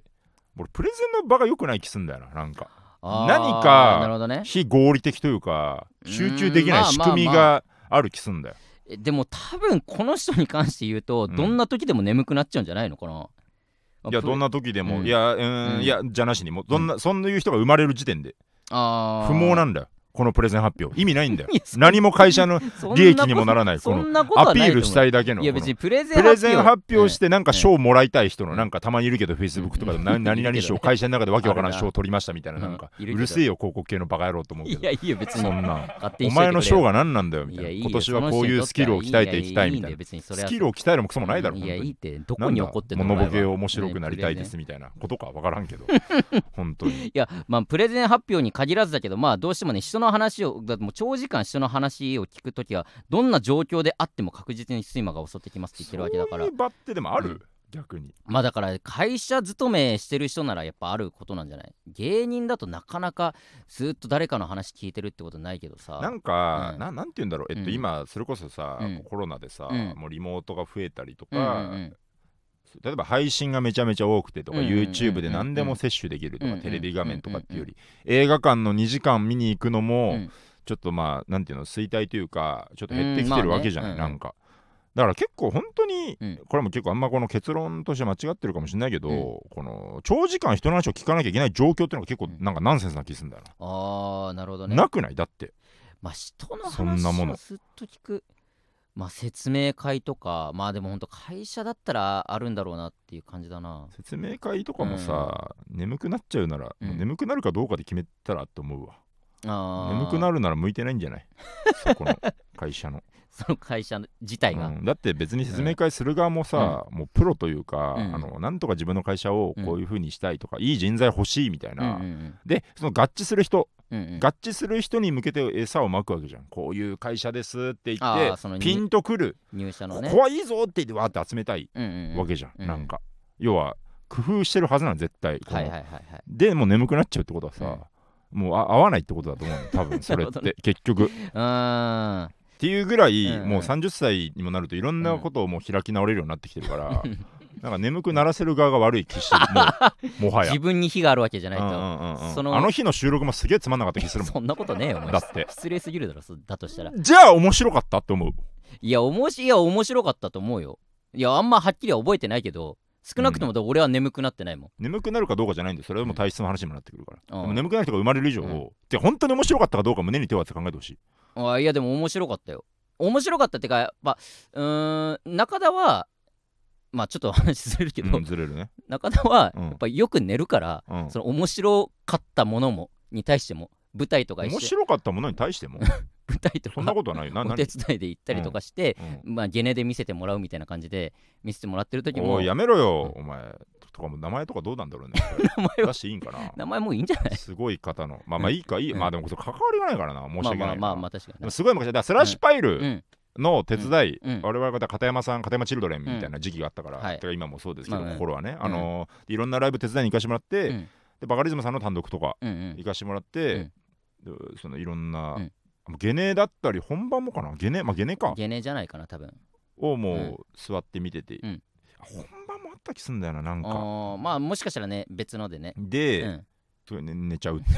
[SPEAKER 2] 俺プレゼンの場が良くない気すんだよななんか
[SPEAKER 1] あー
[SPEAKER 2] 何か
[SPEAKER 1] なるほどね
[SPEAKER 2] 非合理的というか
[SPEAKER 1] うん
[SPEAKER 2] 集中できない仕組み
[SPEAKER 1] まあまあ
[SPEAKER 2] がある気すんだよ、
[SPEAKER 1] えでも多分この人に関して言うと、
[SPEAKER 2] うん
[SPEAKER 1] どんな時でも眠くなっちゃうんじゃないのかな、あ
[SPEAKER 2] いや
[SPEAKER 1] プ
[SPEAKER 2] どんな時でも、
[SPEAKER 1] うん
[SPEAKER 2] いやうーん、
[SPEAKER 1] うん
[SPEAKER 2] いやじゃなしにもうどんな、そんないう人が生まれる時点で
[SPEAKER 1] あー
[SPEAKER 2] 不毛なんだよこのプレゼン発表意味ないんだよ
[SPEAKER 1] いやそん
[SPEAKER 2] 何も会社の
[SPEAKER 1] そんな
[SPEAKER 2] 利益にもならない
[SPEAKER 1] そ
[SPEAKER 2] こ
[SPEAKER 1] ん
[SPEAKER 2] の
[SPEAKER 1] なこと
[SPEAKER 2] ア
[SPEAKER 1] は
[SPEAKER 2] ピ
[SPEAKER 1] ない
[SPEAKER 2] ー
[SPEAKER 1] と思う
[SPEAKER 2] ルしたいだけの
[SPEAKER 1] いや
[SPEAKER 2] この
[SPEAKER 1] 別にプレゼン、
[SPEAKER 2] プレゼン発表しててなんか賞もらいたい人のなんかたまにいるけどフェイス
[SPEAKER 1] うん
[SPEAKER 2] ブックとか でも何何々賞会社の中でわけわからん賞取りましたみたいな
[SPEAKER 1] うん
[SPEAKER 2] なんか
[SPEAKER 1] いうるけど
[SPEAKER 2] るせえよ広告系のバカ野郎と思う
[SPEAKER 1] うん
[SPEAKER 2] け
[SPEAKER 1] い
[SPEAKER 2] ど
[SPEAKER 1] やいいよ別に
[SPEAKER 2] そんな
[SPEAKER 1] 勝手にしといて
[SPEAKER 2] お前
[SPEAKER 1] くれよ
[SPEAKER 2] の賞が何なんだよみた
[SPEAKER 1] いや
[SPEAKER 2] い
[SPEAKER 1] い
[SPEAKER 2] な
[SPEAKER 1] よ
[SPEAKER 2] い今年はこういうスキルを鍛えていきたいみた
[SPEAKER 1] ややや
[SPEAKER 2] いな
[SPEAKER 1] 別にそれは
[SPEAKER 2] スキルを鍛えるもクソもないだろ
[SPEAKER 1] いや
[SPEAKER 2] 本当
[SPEAKER 1] い
[SPEAKER 2] に
[SPEAKER 1] いってどこ
[SPEAKER 2] なん
[SPEAKER 1] に
[SPEAKER 2] だ
[SPEAKER 1] 怒ってんの
[SPEAKER 2] 物ボケ
[SPEAKER 1] お前は
[SPEAKER 2] を面白くなりたいです
[SPEAKER 1] ね
[SPEAKER 2] みたいなことかわからん けど本当に
[SPEAKER 1] いやまあプレゼン発表に限らずだけどまあどうしてもね人の話をだってもう長時間人の話を聞くときはどんな状況であっても確実に睡魔が襲ってきますって言ってるわけだから
[SPEAKER 2] そういう場ってでもあ
[SPEAKER 1] う
[SPEAKER 2] る逆に
[SPEAKER 1] まあだから会社勤めしてる人ならやっぱあることなんじゃない芸人だとなかなかずっと誰かの話聞いてるってことないけどさ
[SPEAKER 2] なんか、
[SPEAKER 1] うん
[SPEAKER 2] ななんて言うんだろう、えっと
[SPEAKER 1] うん
[SPEAKER 2] 今それこそさ、
[SPEAKER 1] うん
[SPEAKER 2] コロナでさ、
[SPEAKER 1] うん
[SPEAKER 2] もうリモートが増えたりと
[SPEAKER 1] うんうん
[SPEAKER 2] か、
[SPEAKER 1] うん
[SPEAKER 2] 例えば配信がめちゃめちゃ多くてとか、
[SPEAKER 1] うんうんうんうん
[SPEAKER 2] YouTube で何でも摂取できるとか、
[SPEAKER 1] うん
[SPEAKER 2] テレビ画面とかっていうより、映画館の2時間見に行くの
[SPEAKER 1] う
[SPEAKER 2] も、
[SPEAKER 1] ん
[SPEAKER 2] ちょっとまあなんていうの衰退というかちょっと減ってきて
[SPEAKER 1] うん
[SPEAKER 2] る
[SPEAKER 1] まあね
[SPEAKER 2] わけじゃない、
[SPEAKER 1] うんうん
[SPEAKER 2] なんか。だから結構本当に、
[SPEAKER 1] うん
[SPEAKER 2] これも結構あんまこの結論として間違ってるかもしれないけど、この長時間人の話を聞かなきゃいけない状況っていうのが結構
[SPEAKER 1] うん
[SPEAKER 2] なんかナンセンスな気するんだよ
[SPEAKER 1] あーなるほど
[SPEAKER 2] な、
[SPEAKER 1] ね
[SPEAKER 2] なくないだって
[SPEAKER 1] まあ人の
[SPEAKER 2] そん
[SPEAKER 1] 話
[SPEAKER 2] なもの
[SPEAKER 1] をずっと聞くまあ説明会とかまあでもほんと会社だったらあるんだろうなっていう感じだな
[SPEAKER 2] 説明会とかもさ、眠くなっちゃうなら、
[SPEAKER 1] うん
[SPEAKER 2] 眠くなるかどうかで決めたらと思うわ
[SPEAKER 1] あー
[SPEAKER 2] 眠くなるなら向いてないんじゃない そこの会社の、
[SPEAKER 1] その会社自体が、
[SPEAKER 2] うんだって別に説明会する側もさ、もうプロというか、
[SPEAKER 1] うん
[SPEAKER 2] あのなんとか自分の会社をこういうふうにしたいとか、いい人材欲しいみたい
[SPEAKER 1] うん
[SPEAKER 2] な、
[SPEAKER 1] うん
[SPEAKER 2] でその合致する人、
[SPEAKER 1] うんうんうん
[SPEAKER 2] 合致する人に向けて餌をまくわけじゃんこういう会社ですって
[SPEAKER 1] あ
[SPEAKER 2] 言
[SPEAKER 1] ー
[SPEAKER 2] っ
[SPEAKER 1] その
[SPEAKER 2] てピンとくる、
[SPEAKER 1] 入社の
[SPEAKER 2] こ
[SPEAKER 1] ね
[SPEAKER 2] こはいいぞって言ってわーって集めたい
[SPEAKER 1] うんうんうん
[SPEAKER 2] わけじゃん、
[SPEAKER 1] うん
[SPEAKER 2] なんか要は工夫してるはずなの絶対こ
[SPEAKER 1] は
[SPEAKER 2] の
[SPEAKER 1] いはいはいはい
[SPEAKER 2] でもう眠くなっちゃうってことはさ、もうあ合わないってことだと思うの 多分それっ
[SPEAKER 1] なるほどね
[SPEAKER 2] て結局っ
[SPEAKER 1] うーん
[SPEAKER 2] ていうぐらい、
[SPEAKER 1] うんうん
[SPEAKER 2] もう30歳にもなるといろんなことをもう開き直れるようになってきてるから、なんか眠くならせる側が悪い気してる もうもはや
[SPEAKER 1] 自分に火があるわけじゃないと、
[SPEAKER 2] うんうんうんうん
[SPEAKER 1] その
[SPEAKER 2] あの日の収録もすげえつまんなかった気するも ん
[SPEAKER 1] そんなことねえよお前
[SPEAKER 2] だって
[SPEAKER 1] 失礼すぎるだろそだとしたら
[SPEAKER 2] じゃあ面白かったって思う
[SPEAKER 1] いや面白いや面白かったと思うよいやあんまはっきりは覚えてないけど少なくともだ俺は眠くなってないもん、
[SPEAKER 2] 眠くなるかどうかじゃないんでそれはもう体質の話にもなってくるから、
[SPEAKER 1] うん
[SPEAKER 2] でも眠くなる人が生まれる以上、
[SPEAKER 1] うん
[SPEAKER 2] で本当に面白かったかどうか胸に手を当てて考えてほしい
[SPEAKER 1] あいやでも面白かったよ面白かったってかやっぱうーん中田はまあちょっと 話ずれるけど、
[SPEAKER 2] うんずれるね。
[SPEAKER 1] 中田は
[SPEAKER 2] うん
[SPEAKER 1] やっぱよく寝るから、
[SPEAKER 2] うん
[SPEAKER 1] その面白かったものもに対しても舞台とか一
[SPEAKER 2] 面
[SPEAKER 1] 緒
[SPEAKER 2] 白かったものに対しても
[SPEAKER 1] 舞台と
[SPEAKER 2] そんな
[SPEAKER 1] か
[SPEAKER 2] ことはないよ。な
[SPEAKER 1] お
[SPEAKER 2] 何
[SPEAKER 1] 手伝いで行ったりとかして、
[SPEAKER 2] うん
[SPEAKER 1] まあゲネで見せてもらうみたいな感じで見せてもらってる時
[SPEAKER 2] お
[SPEAKER 1] も名
[SPEAKER 2] いやめろよ、お前。とかも名前とかどうなんだろうね。
[SPEAKER 1] 前は
[SPEAKER 2] 出していいんかな。
[SPEAKER 1] 名前もういいんじゃない
[SPEAKER 2] すごい方の。まあまあいいか、いい。
[SPEAKER 1] うん
[SPEAKER 2] まあでも、関わりがないからな。申し
[SPEAKER 1] まあ
[SPEAKER 2] 訳
[SPEAKER 1] ま
[SPEAKER 2] な
[SPEAKER 1] あ
[SPEAKER 2] い。
[SPEAKER 1] まあまあ確か
[SPEAKER 2] でも
[SPEAKER 1] に
[SPEAKER 2] すごい昔、だからスラッシュパイ
[SPEAKER 1] う
[SPEAKER 2] ル
[SPEAKER 1] ん
[SPEAKER 2] の手伝い、
[SPEAKER 1] うんうん
[SPEAKER 2] 我々方、片山さん、片山チルドレンみたいな時期があったから、
[SPEAKER 1] はい
[SPEAKER 2] てか今もそうですけど、
[SPEAKER 1] まあね
[SPEAKER 2] 心はね、
[SPEAKER 1] ん
[SPEAKER 2] あのーいろんなライブ手伝いに行かしてもらって、
[SPEAKER 1] うん
[SPEAKER 2] でバカリズムさんの単独とか
[SPEAKER 1] うんうん
[SPEAKER 2] 行かしてもらって、でそのいろんな、
[SPEAKER 1] うん
[SPEAKER 2] ゲネだったり、本番もかな、ゲネ、まあゲネか、
[SPEAKER 1] ゲネじゃないかな多分
[SPEAKER 2] をもう座って見てて、
[SPEAKER 1] うん
[SPEAKER 2] あ本番もあった気すんだよな、なん
[SPEAKER 1] あ
[SPEAKER 2] か。
[SPEAKER 1] ーまあもしかしたらね別のでね、
[SPEAKER 2] で、
[SPEAKER 1] うん
[SPEAKER 2] それね寝ちゃうっていう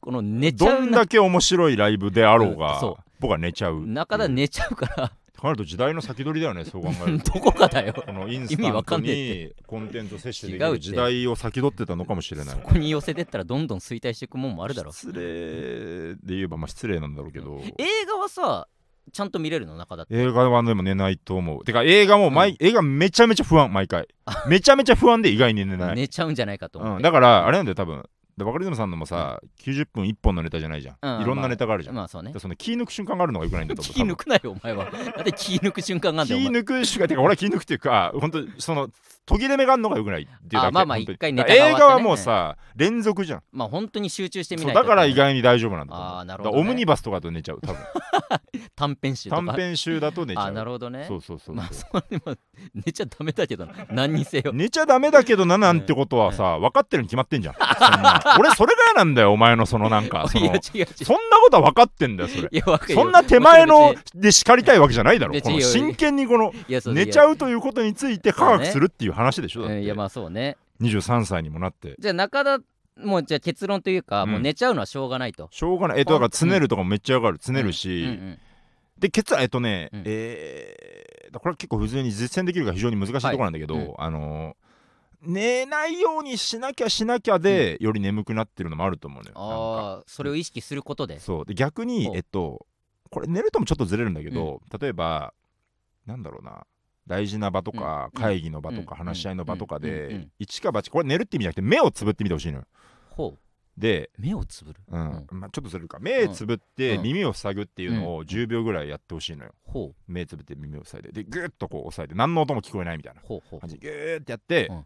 [SPEAKER 1] この 寝ちゃ
[SPEAKER 2] ど
[SPEAKER 1] うんな
[SPEAKER 2] だけ面白いライブであろう
[SPEAKER 1] うん
[SPEAKER 2] が、
[SPEAKER 1] そ
[SPEAKER 2] 僕は寝ちゃう
[SPEAKER 1] 中田寝ちゃうから
[SPEAKER 2] 考えると時代の先取りだよねそう考 えると
[SPEAKER 1] どこかだよ
[SPEAKER 2] このイン
[SPEAKER 1] 意
[SPEAKER 2] ス
[SPEAKER 1] 味
[SPEAKER 2] タ
[SPEAKER 1] わ
[SPEAKER 2] ン
[SPEAKER 1] か
[SPEAKER 2] ト
[SPEAKER 1] んね
[SPEAKER 2] にコンテンツを摂取
[SPEAKER 1] 違
[SPEAKER 2] でき
[SPEAKER 1] うっ
[SPEAKER 2] る
[SPEAKER 1] て
[SPEAKER 2] 時代を先取ってたのかもしれない
[SPEAKER 1] そこに寄せてったらどんどん衰退していくもんもあるだろう
[SPEAKER 2] 失礼で言えばまあ失礼なんだろうけど
[SPEAKER 1] 映画はさちゃんと見れるの中田って
[SPEAKER 2] 映画はでも寝ないと思うてか映画も毎、映画めちゃめちゃ不安毎回めちゃめちゃ不安で意外に寝ない、
[SPEAKER 1] 寝ちゃうんじゃないかと思っ
[SPEAKER 2] うん、
[SPEAKER 1] て、
[SPEAKER 2] だからあれなんだよ多分でバカリズムさんのもさ、90分1本のネタじゃないじゃん、
[SPEAKER 1] うん
[SPEAKER 2] いろんなネタがあるじゃん、
[SPEAKER 1] まあそうね
[SPEAKER 2] でその気抜く瞬間があるのがよくないんだと思う
[SPEAKER 1] 気抜くなよお前 はだって気抜く瞬間があんだ
[SPEAKER 2] 気
[SPEAKER 1] よお前
[SPEAKER 2] 抜くしかてか俺は気抜くっていうか本当その途切れ目があるのがよくないっていうだけ
[SPEAKER 1] あまあまあ
[SPEAKER 2] 本当に
[SPEAKER 1] 一回ネタが終わっ
[SPEAKER 2] 映
[SPEAKER 1] てね
[SPEAKER 2] 画はもうさ連続じゃん
[SPEAKER 1] まあ本当に集中してみ
[SPEAKER 2] そ
[SPEAKER 1] な
[SPEAKER 2] う
[SPEAKER 1] いと
[SPEAKER 2] だから意外に大丈夫なんだと
[SPEAKER 1] あ
[SPEAKER 2] 思
[SPEAKER 1] ー
[SPEAKER 2] う
[SPEAKER 1] なる
[SPEAKER 2] だ
[SPEAKER 1] ほど
[SPEAKER 2] か
[SPEAKER 1] ね
[SPEAKER 2] らオムニバスとかだと寝ちゃう多分
[SPEAKER 1] 短編集とか
[SPEAKER 2] 短編集だと寝ちゃう
[SPEAKER 1] あなるほどね
[SPEAKER 2] そうそうそ う、
[SPEAKER 1] まあそれも寝ちゃダメだけどな何に せよ
[SPEAKER 2] 寝ちゃダメだけどななんてことはさ、分かってるに決まってんじゃんそんな俺それが嫌なんだよお前のそのなんかそ
[SPEAKER 1] いや違
[SPEAKER 2] の
[SPEAKER 1] う違う
[SPEAKER 2] そんなことは分かってんだよそれ
[SPEAKER 1] いやわかるよ
[SPEAKER 2] そんな手前の
[SPEAKER 1] もちろん
[SPEAKER 2] で叱りたいわけじゃないだろ
[SPEAKER 1] 別
[SPEAKER 2] こ
[SPEAKER 1] に
[SPEAKER 2] の
[SPEAKER 1] いやいや
[SPEAKER 2] 真剣にこの
[SPEAKER 1] 別にいやそう
[SPEAKER 2] 寝ちゃ
[SPEAKER 1] う
[SPEAKER 2] うということについて科学するっていう話でしょだっ
[SPEAKER 1] んい
[SPEAKER 2] て
[SPEAKER 1] やまあそうね
[SPEAKER 2] 23歳にもなって
[SPEAKER 1] じゃあ中田もうじゃあ結論というか、
[SPEAKER 2] うん
[SPEAKER 1] もう寝ちゃうのはしょうがないと。
[SPEAKER 2] しょうがないえっとだからつねるとかもめっちゃ上がるつねる
[SPEAKER 1] うん
[SPEAKER 2] し、
[SPEAKER 1] うん
[SPEAKER 2] でケツはえっとね、
[SPEAKER 1] うん
[SPEAKER 2] えーこれは結構普通に実践できるから非常に難しいところなんだけど、
[SPEAKER 1] はいうん
[SPEAKER 2] あのー寝ないようにしなきゃしなきゃで、より眠くなってるのもあると思うのよなんか
[SPEAKER 1] ああそれを意識することで。
[SPEAKER 2] そうで逆に
[SPEAKER 1] ほう
[SPEAKER 2] えっとこれ寝るともちょっとずれるんだけど、例えばなんだろうな大事な場とか、
[SPEAKER 1] うん
[SPEAKER 2] 会議の場とか、
[SPEAKER 1] うん
[SPEAKER 2] 話し合いの場とかで、
[SPEAKER 1] うんうん
[SPEAKER 2] 一か八かこれ寝るって意味じゃなくて目をつぶってみてほしいのよ
[SPEAKER 1] ほう
[SPEAKER 2] で
[SPEAKER 1] 目をつぶる。
[SPEAKER 2] うんまあ、ちょっとそれるか目つぶって
[SPEAKER 1] うん
[SPEAKER 2] 耳を塞ぐっていうの
[SPEAKER 1] う
[SPEAKER 2] を10秒ぐらいやってほしいのよ
[SPEAKER 1] ほう
[SPEAKER 2] 目つぶって耳を塞いででグーッとこう押さえて何の音も聞こえないみたいな
[SPEAKER 1] ほうほう
[SPEAKER 2] 感じでグーッてやって、
[SPEAKER 1] うん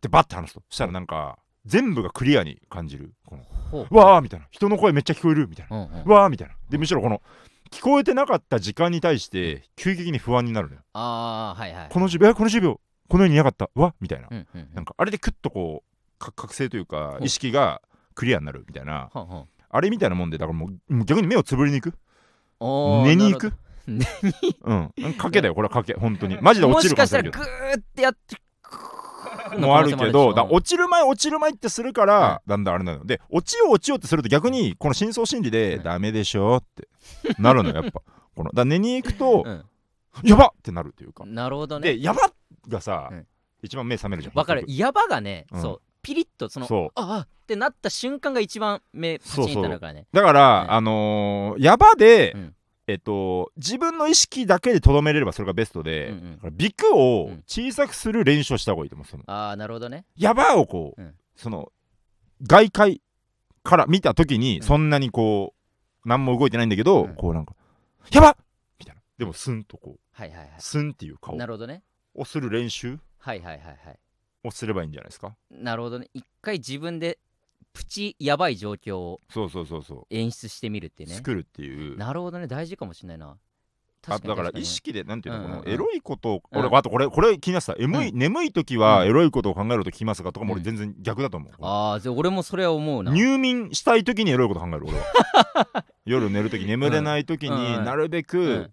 [SPEAKER 2] でバッて話すとしたらなんか全部がクリアに感じるこの
[SPEAKER 1] ほう。
[SPEAKER 2] わーみたいな人の声めっちゃ聞こえるみたいな、
[SPEAKER 1] うんうん、
[SPEAKER 2] わーみたいな
[SPEAKER 1] う
[SPEAKER 2] で
[SPEAKER 1] ん
[SPEAKER 2] むしろこの聞こえてなかった時間に対して急激に不安になるのよ
[SPEAKER 1] ああはいはい。
[SPEAKER 2] この10秒えこの10秒このようにいなかったわみたいな、
[SPEAKER 1] うんうんうん
[SPEAKER 2] なんかあれでクッとこうか覚醒というか
[SPEAKER 1] うん
[SPEAKER 2] 意識がクリアになるみたいな、
[SPEAKER 1] はんはん
[SPEAKER 2] あれみたいなもんでだからもうもう逆に目をつぶりに行く
[SPEAKER 1] おー
[SPEAKER 2] 寝に行く
[SPEAKER 1] なる寝
[SPEAKER 2] うん賭けだよこれは賭け本当にマジで
[SPEAKER 1] ほど
[SPEAKER 2] 落
[SPEAKER 1] も
[SPEAKER 2] ち
[SPEAKER 1] し
[SPEAKER 2] る
[SPEAKER 1] か
[SPEAKER 2] かも
[SPEAKER 1] し
[SPEAKER 2] した
[SPEAKER 1] ら
[SPEAKER 2] れな
[SPEAKER 1] グ
[SPEAKER 2] いけ
[SPEAKER 1] ーってやって
[SPEAKER 2] どもあるけどだから
[SPEAKER 1] お
[SPEAKER 2] 落ちる前落ちる前ってするから、
[SPEAKER 1] は
[SPEAKER 2] だんだんあれなので落ちよう落ちようってすると逆にこの深層心理で、
[SPEAKER 1] うん
[SPEAKER 2] ダメでしょってなるのよや っぱこのだから寝に行くと、
[SPEAKER 1] う
[SPEAKER 2] やばってなるというか、
[SPEAKER 1] ん、なるほどね。
[SPEAKER 2] でやばがさ、
[SPEAKER 1] うん
[SPEAKER 2] 一番目覚めるじゃん
[SPEAKER 1] わかる。
[SPEAKER 2] 結
[SPEAKER 1] ヤバがね、
[SPEAKER 2] うん
[SPEAKER 1] そうピリッとその
[SPEAKER 2] 局そう
[SPEAKER 1] ああってなった瞬間が一番目パチンってなるからね。
[SPEAKER 2] だから、
[SPEAKER 1] うん
[SPEAKER 2] あのー、やばで、
[SPEAKER 1] うん
[SPEAKER 2] えっと、自分の意識だけでとどめれればそれがベスト
[SPEAKER 1] う
[SPEAKER 2] で、
[SPEAKER 1] んうん
[SPEAKER 2] だからビク
[SPEAKER 1] う
[SPEAKER 2] を
[SPEAKER 1] ん
[SPEAKER 2] 小さくする練習をした方がいいと思う。その
[SPEAKER 1] ああなるほどね。
[SPEAKER 2] やばをこう、
[SPEAKER 1] うん
[SPEAKER 2] その外界から見た時に、
[SPEAKER 1] うん
[SPEAKER 2] そんなにこう何も動いてないんだけど、
[SPEAKER 1] うん
[SPEAKER 2] こうなんか「やばっ!」みたいなでもスンとこう
[SPEAKER 1] はいはいはい。
[SPEAKER 2] スンっていう顔
[SPEAKER 1] なるほどね。
[SPEAKER 2] をする練習
[SPEAKER 1] はいはいはいはい。
[SPEAKER 2] をすればいいんじゃないですか
[SPEAKER 1] なるほどね。一回自分でプチやばい状況を
[SPEAKER 2] そうそうそうそ
[SPEAKER 1] 演出してみるって
[SPEAKER 2] う、
[SPEAKER 1] ね。
[SPEAKER 2] 作るっていう
[SPEAKER 1] なるほどね。大事かもしれないな。
[SPEAKER 2] あ
[SPEAKER 1] 確か
[SPEAKER 2] だ
[SPEAKER 1] に
[SPEAKER 2] から
[SPEAKER 1] 確に
[SPEAKER 2] 意識でなんていうの、
[SPEAKER 1] うんうんうん
[SPEAKER 2] このエロいことを、
[SPEAKER 1] うん
[SPEAKER 2] 俺あとこれこれ気になってた、眠い眠い時は
[SPEAKER 1] うん
[SPEAKER 2] エロいことを考えると聞きますがとかも
[SPEAKER 1] う
[SPEAKER 2] 俺
[SPEAKER 1] ん
[SPEAKER 2] 全然逆だと思う、
[SPEAKER 1] ああ、じゃあ俺もそれは思うな。
[SPEAKER 2] 入眠したい時にエロいこと考える俺は 夜寝る時眠れない時
[SPEAKER 1] うん
[SPEAKER 2] になるべく、
[SPEAKER 1] うん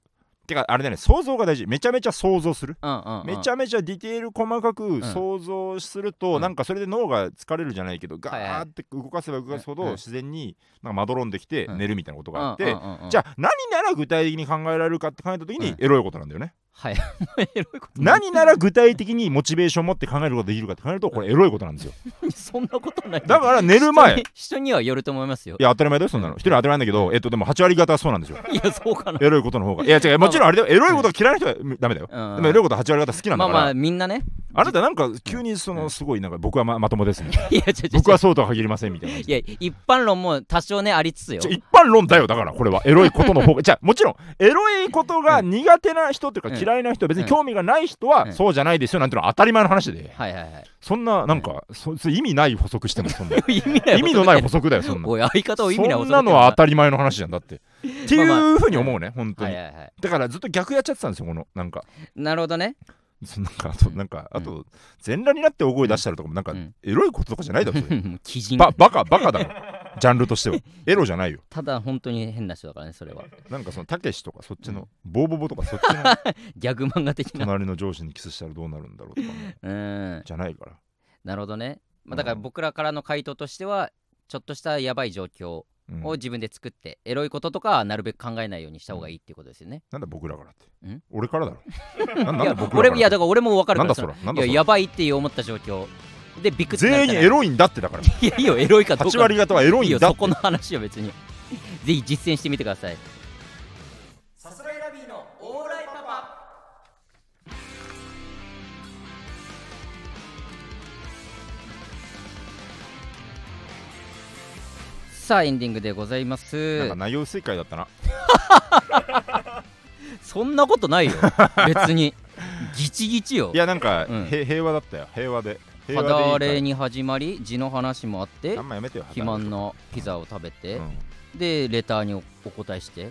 [SPEAKER 2] てかあれだね想像が大事めちゃめちゃ想像する、
[SPEAKER 1] うんうんうん、
[SPEAKER 2] めちゃめちゃディテール細かく想像すると、
[SPEAKER 1] うん
[SPEAKER 2] なんかそれで脳が疲れるじゃないけど、
[SPEAKER 1] はいはい
[SPEAKER 2] ガーって動かせば動かすほど、
[SPEAKER 1] うん
[SPEAKER 2] 自然になんかまどろんできて
[SPEAKER 1] うん
[SPEAKER 2] 寝るみたいなことがあって、
[SPEAKER 1] うんうんうんうん
[SPEAKER 2] じゃあ何なら具体的に考えられるかって考えた時に
[SPEAKER 1] うん
[SPEAKER 2] エロいことなんだよね、
[SPEAKER 1] はい。もうエロいことなんて
[SPEAKER 2] 何なら具体的にモチベーション持って考えることができるかって考えるとこれエロいことなんですよ
[SPEAKER 1] そんなことない。
[SPEAKER 2] だから寝る
[SPEAKER 1] 人
[SPEAKER 2] 前い
[SPEAKER 1] に人にはよると思いますよ。
[SPEAKER 2] や当たり前だよそんなの一人当たり前なんだけどえっとでも8割方はそうなんですよ
[SPEAKER 1] いや、そうかな。
[SPEAKER 2] エロいことの方がいや違うもちろんあれだよエロいことが嫌いな人はうんダメだよ
[SPEAKER 1] うん
[SPEAKER 2] でもエロいこと8割方好きなん
[SPEAKER 1] ま
[SPEAKER 2] だ
[SPEAKER 1] あ
[SPEAKER 2] から、
[SPEAKER 1] まあ、みんなね。
[SPEAKER 2] あなたなんか急にそのすごいなんか僕はままともです ね
[SPEAKER 1] いや、ちょちょ
[SPEAKER 2] 僕
[SPEAKER 1] ちょ
[SPEAKER 2] は。そうとは限りませんみたいな感じ
[SPEAKER 1] いや、一般論も多少ね、ありつつよ
[SPEAKER 2] じゃ。一般論だよだからこれはエロいことの方がじゃあもちろんエロいことが苦手な人というか
[SPEAKER 1] うん
[SPEAKER 2] 嫌いな人別に
[SPEAKER 1] うん
[SPEAKER 2] 興味がない人
[SPEAKER 1] う
[SPEAKER 2] は
[SPEAKER 1] ん
[SPEAKER 2] そうじゃないですよなんてのは当たり前の話で
[SPEAKER 1] はいはいはい。
[SPEAKER 2] そんななんかそそ意味ない補足してもそんな
[SPEAKER 1] 意味 ない。
[SPEAKER 2] 意味のない補足だよそんな
[SPEAKER 1] おい、相方を意味ない
[SPEAKER 2] そんなのは当
[SPEAKER 1] た
[SPEAKER 2] たり前の話じゃんだってっていうふうに思うね本当
[SPEAKER 1] はい
[SPEAKER 2] に
[SPEAKER 1] はいはい。
[SPEAKER 2] だからずっと逆やっちゃってたんですよこのなんか
[SPEAKER 1] なるほど ね。
[SPEAKER 2] そのなんかあとなんかあと全裸になって大声出したりとかもなんか
[SPEAKER 1] うん
[SPEAKER 2] エロいこととかじゃないだろそれ
[SPEAKER 1] もう鬼人。
[SPEAKER 2] ババカバカだろジャンルとしてはエロじゃないよ
[SPEAKER 1] ただ本当に変な人だからね、それは。
[SPEAKER 2] なんかそのたけしとかそっちのボーボボとかそっち の
[SPEAKER 1] ギャグ漫画的な。
[SPEAKER 2] 隣の上司にキスしたらどうなるんだろうとかも
[SPEAKER 1] うん。
[SPEAKER 2] じゃないから
[SPEAKER 1] なるほどね。まあ、
[SPEAKER 2] うん
[SPEAKER 1] だから僕らからの回答としては、ちょっとしたやばい状況
[SPEAKER 2] うん
[SPEAKER 1] を自分で作って、エロいこととかはなるべく考えないようにした方がいいっていうことですよね。
[SPEAKER 2] なんだ僕らからっ
[SPEAKER 1] ん
[SPEAKER 2] て俺からだ ろなん
[SPEAKER 1] い
[SPEAKER 2] なん
[SPEAKER 1] や
[SPEAKER 2] だ僕ら
[SPEAKER 1] 俺
[SPEAKER 2] か
[SPEAKER 1] いや
[SPEAKER 2] ら
[SPEAKER 1] だから俺も分かるか
[SPEAKER 2] なん
[SPEAKER 1] ら
[SPEAKER 2] だ
[SPEAKER 1] そ
[SPEAKER 2] そ
[SPEAKER 1] の
[SPEAKER 2] らなん
[SPEAKER 1] い
[SPEAKER 2] だ
[SPEAKER 1] や
[SPEAKER 2] そ
[SPEAKER 1] や
[SPEAKER 2] ら
[SPEAKER 1] ばいって思った状況でビクッてな
[SPEAKER 2] 全
[SPEAKER 1] る
[SPEAKER 2] 員
[SPEAKER 1] じゃない
[SPEAKER 2] エロいんだってだから
[SPEAKER 1] いやいいよエロいかどうか
[SPEAKER 2] 8割方はいエロい
[SPEAKER 1] い
[SPEAKER 2] ん
[SPEAKER 1] よ
[SPEAKER 2] だっ
[SPEAKER 1] そ
[SPEAKER 2] て
[SPEAKER 1] この話は別に ぜひ実践してみてくださいさあエンディングでございま
[SPEAKER 2] なん
[SPEAKER 1] す
[SPEAKER 2] か内容薄い回だったな
[SPEAKER 1] そんなこと ないよ別にギチギチよ
[SPEAKER 2] いやなんか
[SPEAKER 1] うん
[SPEAKER 2] へ平和だったよ平和で平
[SPEAKER 1] 肌
[SPEAKER 2] 和
[SPEAKER 1] 荒
[SPEAKER 2] でい
[SPEAKER 1] れ
[SPEAKER 2] い
[SPEAKER 1] に始まり字の話もあって
[SPEAKER 2] 回あんまやめてよ
[SPEAKER 1] 肥満のピザを食べて、
[SPEAKER 2] うん
[SPEAKER 1] でレターにおお答えして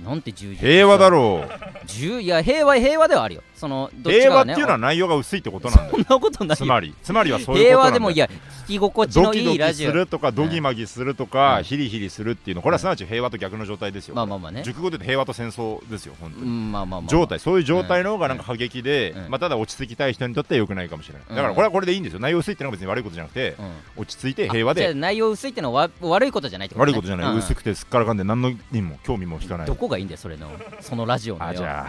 [SPEAKER 1] なんて充実した
[SPEAKER 2] 平和だろう
[SPEAKER 1] 十いや平和平和ではあるよそのどっち
[SPEAKER 2] 平
[SPEAKER 1] か
[SPEAKER 2] 和
[SPEAKER 1] は
[SPEAKER 2] って
[SPEAKER 1] ね
[SPEAKER 2] いうのは内容が薄いってことなんだ
[SPEAKER 1] そん
[SPEAKER 2] よ
[SPEAKER 1] なことない
[SPEAKER 2] つ
[SPEAKER 1] よ
[SPEAKER 2] まりつまりはそういうこと
[SPEAKER 1] 平
[SPEAKER 2] なん
[SPEAKER 1] 和
[SPEAKER 2] だ
[SPEAKER 1] で
[SPEAKER 2] よ
[SPEAKER 1] もいや聞き心地
[SPEAKER 2] ド
[SPEAKER 1] の
[SPEAKER 2] キ
[SPEAKER 1] い
[SPEAKER 2] ド
[SPEAKER 1] いラ
[SPEAKER 2] キ
[SPEAKER 1] ジ
[SPEAKER 2] す
[SPEAKER 1] オ
[SPEAKER 2] るとかドギマギすると
[SPEAKER 1] うん
[SPEAKER 2] かヒリヒリするっていうのこれはすなわち平和と逆の状態ですよ
[SPEAKER 1] まあまあまあね
[SPEAKER 2] 熟語で言うと平和と戦争ですよ本当
[SPEAKER 1] う
[SPEAKER 2] に
[SPEAKER 1] んまあまあまあまあ
[SPEAKER 2] 状態そういう状態の方がなんか過激で
[SPEAKER 1] うん
[SPEAKER 2] まあただ落ち着きたい人にとっては良くないかもしれない
[SPEAKER 1] うん
[SPEAKER 2] だからこれはこれでいいんですよ内容薄いってのは別に悪いことじゃなくて
[SPEAKER 1] うん
[SPEAKER 2] 落ち着いて平和
[SPEAKER 1] あじゃあ
[SPEAKER 2] で
[SPEAKER 1] 内容薄いってのはわ悪いことじゃないってこと、
[SPEAKER 2] 悪
[SPEAKER 1] ね、
[SPEAKER 2] いことじゃ
[SPEAKER 1] うん
[SPEAKER 2] な
[SPEAKER 1] う
[SPEAKER 2] い
[SPEAKER 1] ん
[SPEAKER 2] 薄くてすっからかんで何の意味も興味も引かない
[SPEAKER 1] どこがいいんだよそれのそのラジオのよ
[SPEAKER 2] あじゃ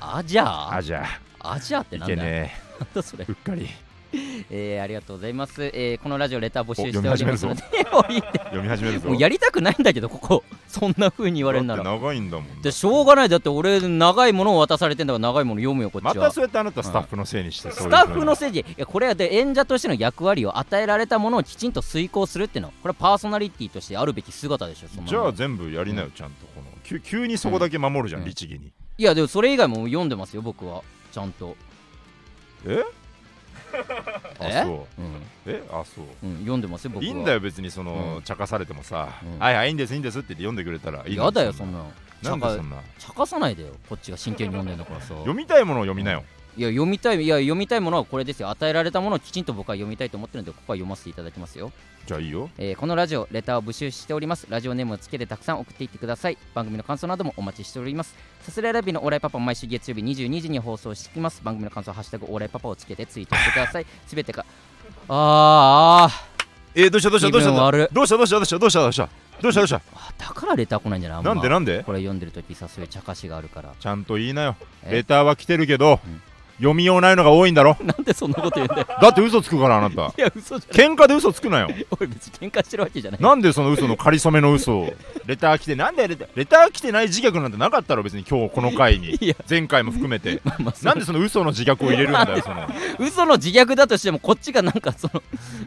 [SPEAKER 2] あ
[SPEAKER 1] あじゃあ
[SPEAKER 2] あじゃ
[SPEAKER 1] あじゃあって
[SPEAKER 2] あ
[SPEAKER 1] ないんだ
[SPEAKER 2] け
[SPEAKER 1] よ
[SPEAKER 2] ね
[SPEAKER 1] なんだ それ
[SPEAKER 2] えうっかり
[SPEAKER 1] えー、ありがとうございます、えー、このラジオレター募集
[SPEAKER 2] お
[SPEAKER 1] しておりますのでもういいって
[SPEAKER 2] 読み始めるぞ
[SPEAKER 1] もうやりたくないんだけどここそんな風に言われる
[SPEAKER 2] だ
[SPEAKER 1] な
[SPEAKER 2] って
[SPEAKER 1] ら
[SPEAKER 2] 長いんだもん
[SPEAKER 1] でしょうがないだって俺長いものを渡されてんだから長いもの読むよこっちは
[SPEAKER 2] またそうやってあなたスタッフのせいにしてそうい
[SPEAKER 1] ス
[SPEAKER 2] う
[SPEAKER 1] タッフ
[SPEAKER 2] 風
[SPEAKER 1] の
[SPEAKER 2] に
[SPEAKER 1] せいでいやこれはで演者としての役割を与えられたものをきちんと遂行するってのこれはパーソナリティとしてあるべき姿でしょそんなの
[SPEAKER 2] じゃあ全部やりなよちゃんとこの急急にそこだけ守るじゃん
[SPEAKER 1] うん
[SPEAKER 2] 律儀に
[SPEAKER 1] いやでもそれ以外も読んでますよ僕はちゃんと
[SPEAKER 2] え
[SPEAKER 1] え
[SPEAKER 2] あそう
[SPEAKER 1] うん
[SPEAKER 2] えあそう
[SPEAKER 1] うん、読んでますよ僕はい
[SPEAKER 2] いんだよ別にその、
[SPEAKER 1] うん
[SPEAKER 2] 茶化されてもさ、
[SPEAKER 1] うん
[SPEAKER 2] はいはいいいんですいいんですって言って読んでくれたらいいの
[SPEAKER 1] や
[SPEAKER 2] に
[SPEAKER 1] だよそんなの
[SPEAKER 2] なんで
[SPEAKER 1] ちゃか
[SPEAKER 2] そんな
[SPEAKER 1] ちゃかさないでよこっちが真剣に読んでんだから さ
[SPEAKER 2] 読みたいものを読みなよ、
[SPEAKER 1] いや読みたいいや読みたいものはこれですよ与えられたものをきちんと僕は読みたいと思ってるんでここは読ませていただきますよ
[SPEAKER 2] じゃあいいよ
[SPEAKER 1] えーこのラジオレターを募集しておりますラジオネームをつけてたくさん送っていってください番組の感想などもお待ちしておりますさすらいラビのオーライパパ毎週月曜日22時に放送してきます番組の感想はハッシュタグオーライパパをつけてツイートしてくださいすべてがあー
[SPEAKER 2] えー、どうしたどうしたどうし
[SPEAKER 1] 気分悪い
[SPEAKER 2] たどうしたどうしたどうしたどうしたどうしたどうしたどうした
[SPEAKER 1] あーだからレター来ないんじゃないあんま
[SPEAKER 2] なんでなんで
[SPEAKER 1] これ読んでる時さそういう茶化しがあるから
[SPEAKER 2] ちゃんと言いなよ
[SPEAKER 1] え
[SPEAKER 2] レターは来てるけど、
[SPEAKER 1] うん
[SPEAKER 2] 読みようないのが多いんだろ
[SPEAKER 1] なんでそんなこと言うんだよ
[SPEAKER 2] だって嘘つくからあなた
[SPEAKER 1] いや嘘じゃない
[SPEAKER 2] 喧嘩で嘘つくなよ
[SPEAKER 1] 俺別に喧嘩してるわけじゃない
[SPEAKER 2] なんでその嘘の仮初めの嘘を レター来てなんでレターレター来てない自虐なんてなかったろ別に今日この回に
[SPEAKER 1] いや
[SPEAKER 2] 前回も含めて
[SPEAKER 1] まあまあそ
[SPEAKER 2] なん
[SPEAKER 1] う
[SPEAKER 2] でその嘘の自虐を入れるんだよそ の
[SPEAKER 1] 嘘の自虐だとしてもこっちがなんかその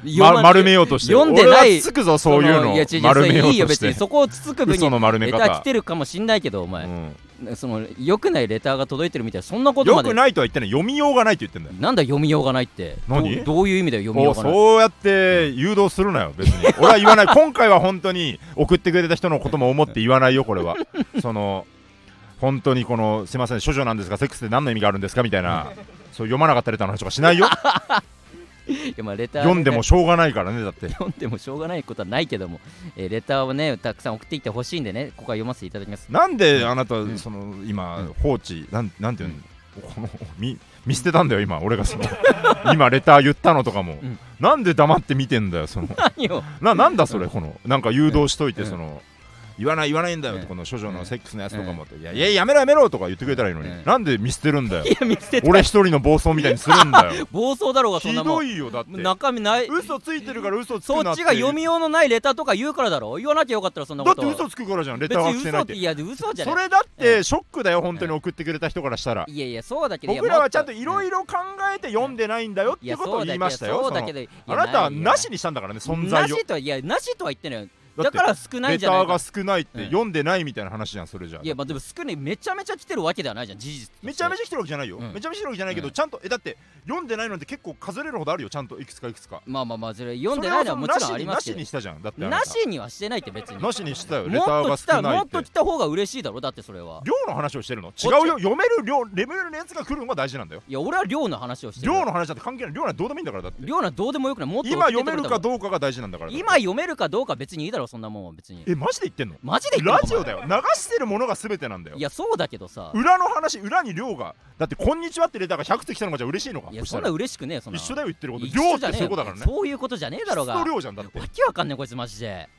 [SPEAKER 2] ま
[SPEAKER 1] 読ま
[SPEAKER 2] 丸めようとしてる
[SPEAKER 1] 読んでない
[SPEAKER 2] 俺はつつくぞそういうの
[SPEAKER 1] いや違う違う
[SPEAKER 2] 丸
[SPEAKER 1] そ
[SPEAKER 2] め
[SPEAKER 1] れ
[SPEAKER 2] よ
[SPEAKER 1] いいよ
[SPEAKER 2] うとし
[SPEAKER 1] 別に
[SPEAKER 2] て
[SPEAKER 1] そこをつつく分に
[SPEAKER 2] 嘘の丸め
[SPEAKER 1] レター来
[SPEAKER 2] 方
[SPEAKER 1] てるかもしんないけどお
[SPEAKER 2] う
[SPEAKER 1] 前、
[SPEAKER 2] ん
[SPEAKER 1] その良くないレターが届いてるみたいなそんなこと
[SPEAKER 2] よ
[SPEAKER 1] まで
[SPEAKER 2] くないとは言ってない読みようがないって言ってんだよ
[SPEAKER 1] なんだ読みようがないって
[SPEAKER 2] 何
[SPEAKER 1] どどういう意味だよ読みよ
[SPEAKER 2] お
[SPEAKER 1] うがない
[SPEAKER 2] そうやって誘導するなよ別 に俺は言わない今回は本当に送ってくれた人のことも思って言わないよこれはその本当にこのすいません処女なんですがセックスって何の意味があるんですかみたいなそう読まなかったレターの話とかしないよ
[SPEAKER 1] いやまあレター
[SPEAKER 2] 読んでもしょうがないからね だって
[SPEAKER 1] 読んでもしょうがないことはないけども、えーレターをねたくさん送っていってほしいんでねここは読ませていただきます
[SPEAKER 2] なんであなた、
[SPEAKER 1] ん
[SPEAKER 2] その
[SPEAKER 1] う
[SPEAKER 2] 今
[SPEAKER 1] ん
[SPEAKER 2] 放置なんなんていうの、この見見捨てたんだよ今俺がその 今レター言ったのとかも、
[SPEAKER 1] うん
[SPEAKER 2] なんで黙って見てんだよその
[SPEAKER 1] 何を
[SPEAKER 2] ななんだそれこのなんか誘導しといて、
[SPEAKER 1] うん
[SPEAKER 2] その言わない言わないんだよ
[SPEAKER 1] え
[SPEAKER 2] と
[SPEAKER 1] え
[SPEAKER 2] この処女
[SPEAKER 1] え
[SPEAKER 2] の
[SPEAKER 1] え
[SPEAKER 2] セックスのやつとかもっていやいややめろやめろとか言ってくれたらいいの
[SPEAKER 1] ええ
[SPEAKER 2] になんで見捨てるんだ よ
[SPEAKER 1] いや見捨てて
[SPEAKER 2] 俺一人の暴走みたいにするんだよ
[SPEAKER 1] 暴走だろうが そ
[SPEAKER 2] ひ
[SPEAKER 1] んなも
[SPEAKER 2] ど
[SPEAKER 1] ん
[SPEAKER 2] いよだって
[SPEAKER 1] 中身ない
[SPEAKER 2] 嘘ついてるから嘘つく
[SPEAKER 1] そ
[SPEAKER 2] な
[SPEAKER 1] っ
[SPEAKER 2] って
[SPEAKER 1] ちが読みようのないレターとか言うからだろ言わなきゃよかったらそんな
[SPEAKER 2] だ
[SPEAKER 1] こ
[SPEAKER 2] っ
[SPEAKER 1] と
[SPEAKER 2] て嘘つくからじゃんレ
[SPEAKER 1] 別
[SPEAKER 2] ターは
[SPEAKER 1] に
[SPEAKER 2] 来て
[SPEAKER 1] 嘘
[SPEAKER 2] ない
[SPEAKER 1] っ
[SPEAKER 2] ってて
[SPEAKER 1] いや嘘じゃな
[SPEAKER 2] そ
[SPEAKER 1] い
[SPEAKER 2] れだっ
[SPEAKER 1] え
[SPEAKER 2] てショックだよ本当に送ってくれた人からしたら
[SPEAKER 1] いやいやそうだけどいや
[SPEAKER 2] 僕ら
[SPEAKER 1] もっと
[SPEAKER 2] はちゃんといろいろ考えて読んでないんだよって
[SPEAKER 1] い
[SPEAKER 2] い
[SPEAKER 1] や
[SPEAKER 2] うこと
[SPEAKER 1] そ
[SPEAKER 2] を
[SPEAKER 1] うだけ
[SPEAKER 2] 言い
[SPEAKER 1] ど
[SPEAKER 2] ましたよ
[SPEAKER 1] そう
[SPEAKER 2] そ
[SPEAKER 1] だけ
[SPEAKER 2] の
[SPEAKER 1] どいや
[SPEAKER 2] あなたはい
[SPEAKER 1] や
[SPEAKER 2] なしにしたんだからね存在
[SPEAKER 1] な
[SPEAKER 2] を
[SPEAKER 1] しとはいやなしとは言ってないよ
[SPEAKER 2] だ
[SPEAKER 1] だ
[SPEAKER 2] って
[SPEAKER 1] から少ないん
[SPEAKER 2] レ
[SPEAKER 1] じ
[SPEAKER 2] タ
[SPEAKER 1] ゃない
[SPEAKER 2] ーが
[SPEAKER 1] か
[SPEAKER 2] 少ないっ
[SPEAKER 1] うん
[SPEAKER 2] て読んでないみたいな話じゃんそれじゃあ
[SPEAKER 1] いやまあでも少ないめちゃめちゃ来てるわけではないじゃん事実
[SPEAKER 2] めちゃめ
[SPEAKER 1] ちゃ
[SPEAKER 2] ちゃ来てるわけじゃないよ
[SPEAKER 1] うん
[SPEAKER 2] めちゃめちゃ来てるわけじゃないけ
[SPEAKER 1] う
[SPEAKER 2] ど
[SPEAKER 1] ん
[SPEAKER 2] ちゃんとえだって読んでないのって結構数えるほどあるよちゃんといくつかいくつか
[SPEAKER 1] まあまあまあそれ読んでないのはもちろんあります
[SPEAKER 2] それはそのなしになし
[SPEAKER 1] け
[SPEAKER 2] にしたじゃんだって
[SPEAKER 1] ど
[SPEAKER 2] あな
[SPEAKER 1] な
[SPEAKER 2] た
[SPEAKER 1] しにはしてないって別にも
[SPEAKER 2] な
[SPEAKER 1] っ
[SPEAKER 2] しにしたよレター
[SPEAKER 1] と
[SPEAKER 2] が
[SPEAKER 1] 来た
[SPEAKER 2] 少ない
[SPEAKER 1] もっ
[SPEAKER 2] っ
[SPEAKER 1] と
[SPEAKER 2] て
[SPEAKER 1] 来た方が嬉しいだろだってそれは
[SPEAKER 2] 量の話をしてるの違
[SPEAKER 1] こっち
[SPEAKER 2] うよ読める量レベルのやつが来るのが大事なんだよ
[SPEAKER 1] いや俺は量の話をしてる
[SPEAKER 2] 量の話だって関係ない量なんてどうでもいいんだからだって
[SPEAKER 1] 量なんてどうでもよくないもっと
[SPEAKER 2] 今読めるか
[SPEAKER 1] ど
[SPEAKER 2] どうかが大事なんだから
[SPEAKER 1] 今読めるかどうか別にいいだろそんなもんは別に
[SPEAKER 2] えマジで言ってんの
[SPEAKER 1] マジで言っ
[SPEAKER 2] ラ
[SPEAKER 1] てん
[SPEAKER 2] ジ
[SPEAKER 1] の
[SPEAKER 2] オだよ流してるものが全てなんだよ
[SPEAKER 1] いやそうだけどさ
[SPEAKER 2] 裏の話裏に量がだって「こんにちは」ってレターが100つ来たのがじゃあ嬉しいのか
[SPEAKER 1] いや
[SPEAKER 2] そした
[SPEAKER 1] そん
[SPEAKER 2] ら
[SPEAKER 1] な嬉しくねえそんな
[SPEAKER 2] 一緒だよ言ってること
[SPEAKER 1] 一
[SPEAKER 2] 量
[SPEAKER 1] 緒
[SPEAKER 2] っ
[SPEAKER 1] じゃ
[SPEAKER 2] て
[SPEAKER 1] ね
[SPEAKER 2] そ
[SPEAKER 1] えよ
[SPEAKER 2] ういうことだからね
[SPEAKER 1] そういうことじゃねえだろう
[SPEAKER 2] 質
[SPEAKER 1] が
[SPEAKER 2] と量じゃんだって
[SPEAKER 1] わけわかんないこいつマジで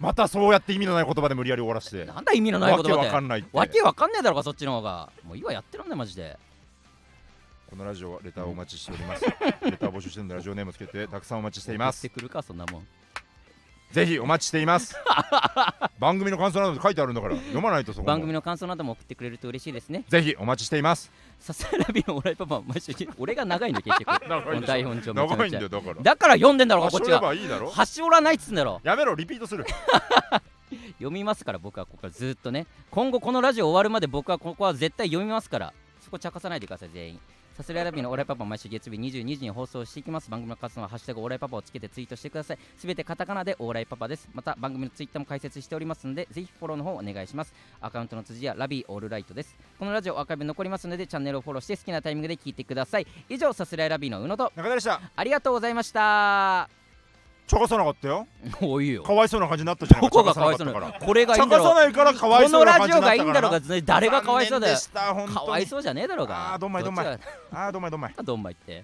[SPEAKER 2] またそうやって意味のない言葉で無理やり終わらせて
[SPEAKER 1] なんだ意味のないことだっ
[SPEAKER 2] わけ
[SPEAKER 1] て
[SPEAKER 2] わかんないって
[SPEAKER 1] わけわかんねえだろうがそっちの方がもういいわやってらんないマジで
[SPEAKER 2] このラジオはレターをお待ちしておりま すレターを募集してるのでラジオネームつけてたくさんお待ちしていま
[SPEAKER 1] 送
[SPEAKER 2] す
[SPEAKER 1] ってくるかそんなもん
[SPEAKER 2] ぜひお待ちしています 番組の感想など書いてあるんだから読まないとそこも
[SPEAKER 1] 番組の感想なども送ってくれると嬉しいですね
[SPEAKER 2] ぜひお待ちしています
[SPEAKER 1] さすらびのオーライパパは毎週俺が長いんだよ結局この台本上めちゃ
[SPEAKER 2] 長い
[SPEAKER 1] め
[SPEAKER 2] ん
[SPEAKER 1] ち
[SPEAKER 2] だ
[SPEAKER 1] ゃ
[SPEAKER 2] よだから
[SPEAKER 1] だから読んでんだろうがこっ
[SPEAKER 2] 走
[SPEAKER 1] ち
[SPEAKER 2] れ
[SPEAKER 1] は
[SPEAKER 2] ばいいだろ
[SPEAKER 1] 端折らないっつうんだろ
[SPEAKER 2] やめろリピートする
[SPEAKER 1] 読みますから僕はここからずっとね今後このラジオ終わるまで僕はここは絶対読みますからそこ茶化さないでください全員さすらいラビーのオーライパパ毎週月曜日22時に放送していきます番組の活動は「ハッシュタグオーライパパ」をつけてツイートしてくださいすべてカタカナでオーライパパですまた番組のツイッターも開設しておりますのでぜひフォローの方お願いしますアカウントの辻やラビーオールライトですこのラジオアーカイブ残りますのでチャンネルをフォローして好きなタイミングで聞いてください以上さすらいラビーの宇野と
[SPEAKER 2] 中田でした
[SPEAKER 1] ありがとうございました
[SPEAKER 2] ちゃかさなかったよ
[SPEAKER 1] おいいよ
[SPEAKER 2] かわいそうな感じになったじゃない
[SPEAKER 1] どこがかわいそう
[SPEAKER 2] ち
[SPEAKER 1] な
[SPEAKER 2] ゃかさな
[SPEAKER 1] の
[SPEAKER 2] かっ
[SPEAKER 1] これ
[SPEAKER 2] た
[SPEAKER 1] がいい
[SPEAKER 2] から
[SPEAKER 1] ん
[SPEAKER 2] ちゃ
[SPEAKER 1] だ
[SPEAKER 2] か
[SPEAKER 1] ろ
[SPEAKER 2] さ
[SPEAKER 1] う
[SPEAKER 2] ないからかわい
[SPEAKER 1] こ
[SPEAKER 2] そ
[SPEAKER 1] の
[SPEAKER 2] うな
[SPEAKER 1] ラ
[SPEAKER 2] 感
[SPEAKER 1] ジ
[SPEAKER 2] じに
[SPEAKER 1] オ
[SPEAKER 2] な
[SPEAKER 1] が
[SPEAKER 2] っ
[SPEAKER 1] いい
[SPEAKER 2] た
[SPEAKER 1] ん
[SPEAKER 2] か
[SPEAKER 1] だ
[SPEAKER 2] ら
[SPEAKER 1] ろうが誰がかわいそうだよ
[SPEAKER 2] 残念でした本当に
[SPEAKER 1] かわいそうじゃねえだろうが
[SPEAKER 2] あーどんまいどんまい
[SPEAKER 1] どっちが
[SPEAKER 2] あーどんまいどんまい
[SPEAKER 1] どんまいって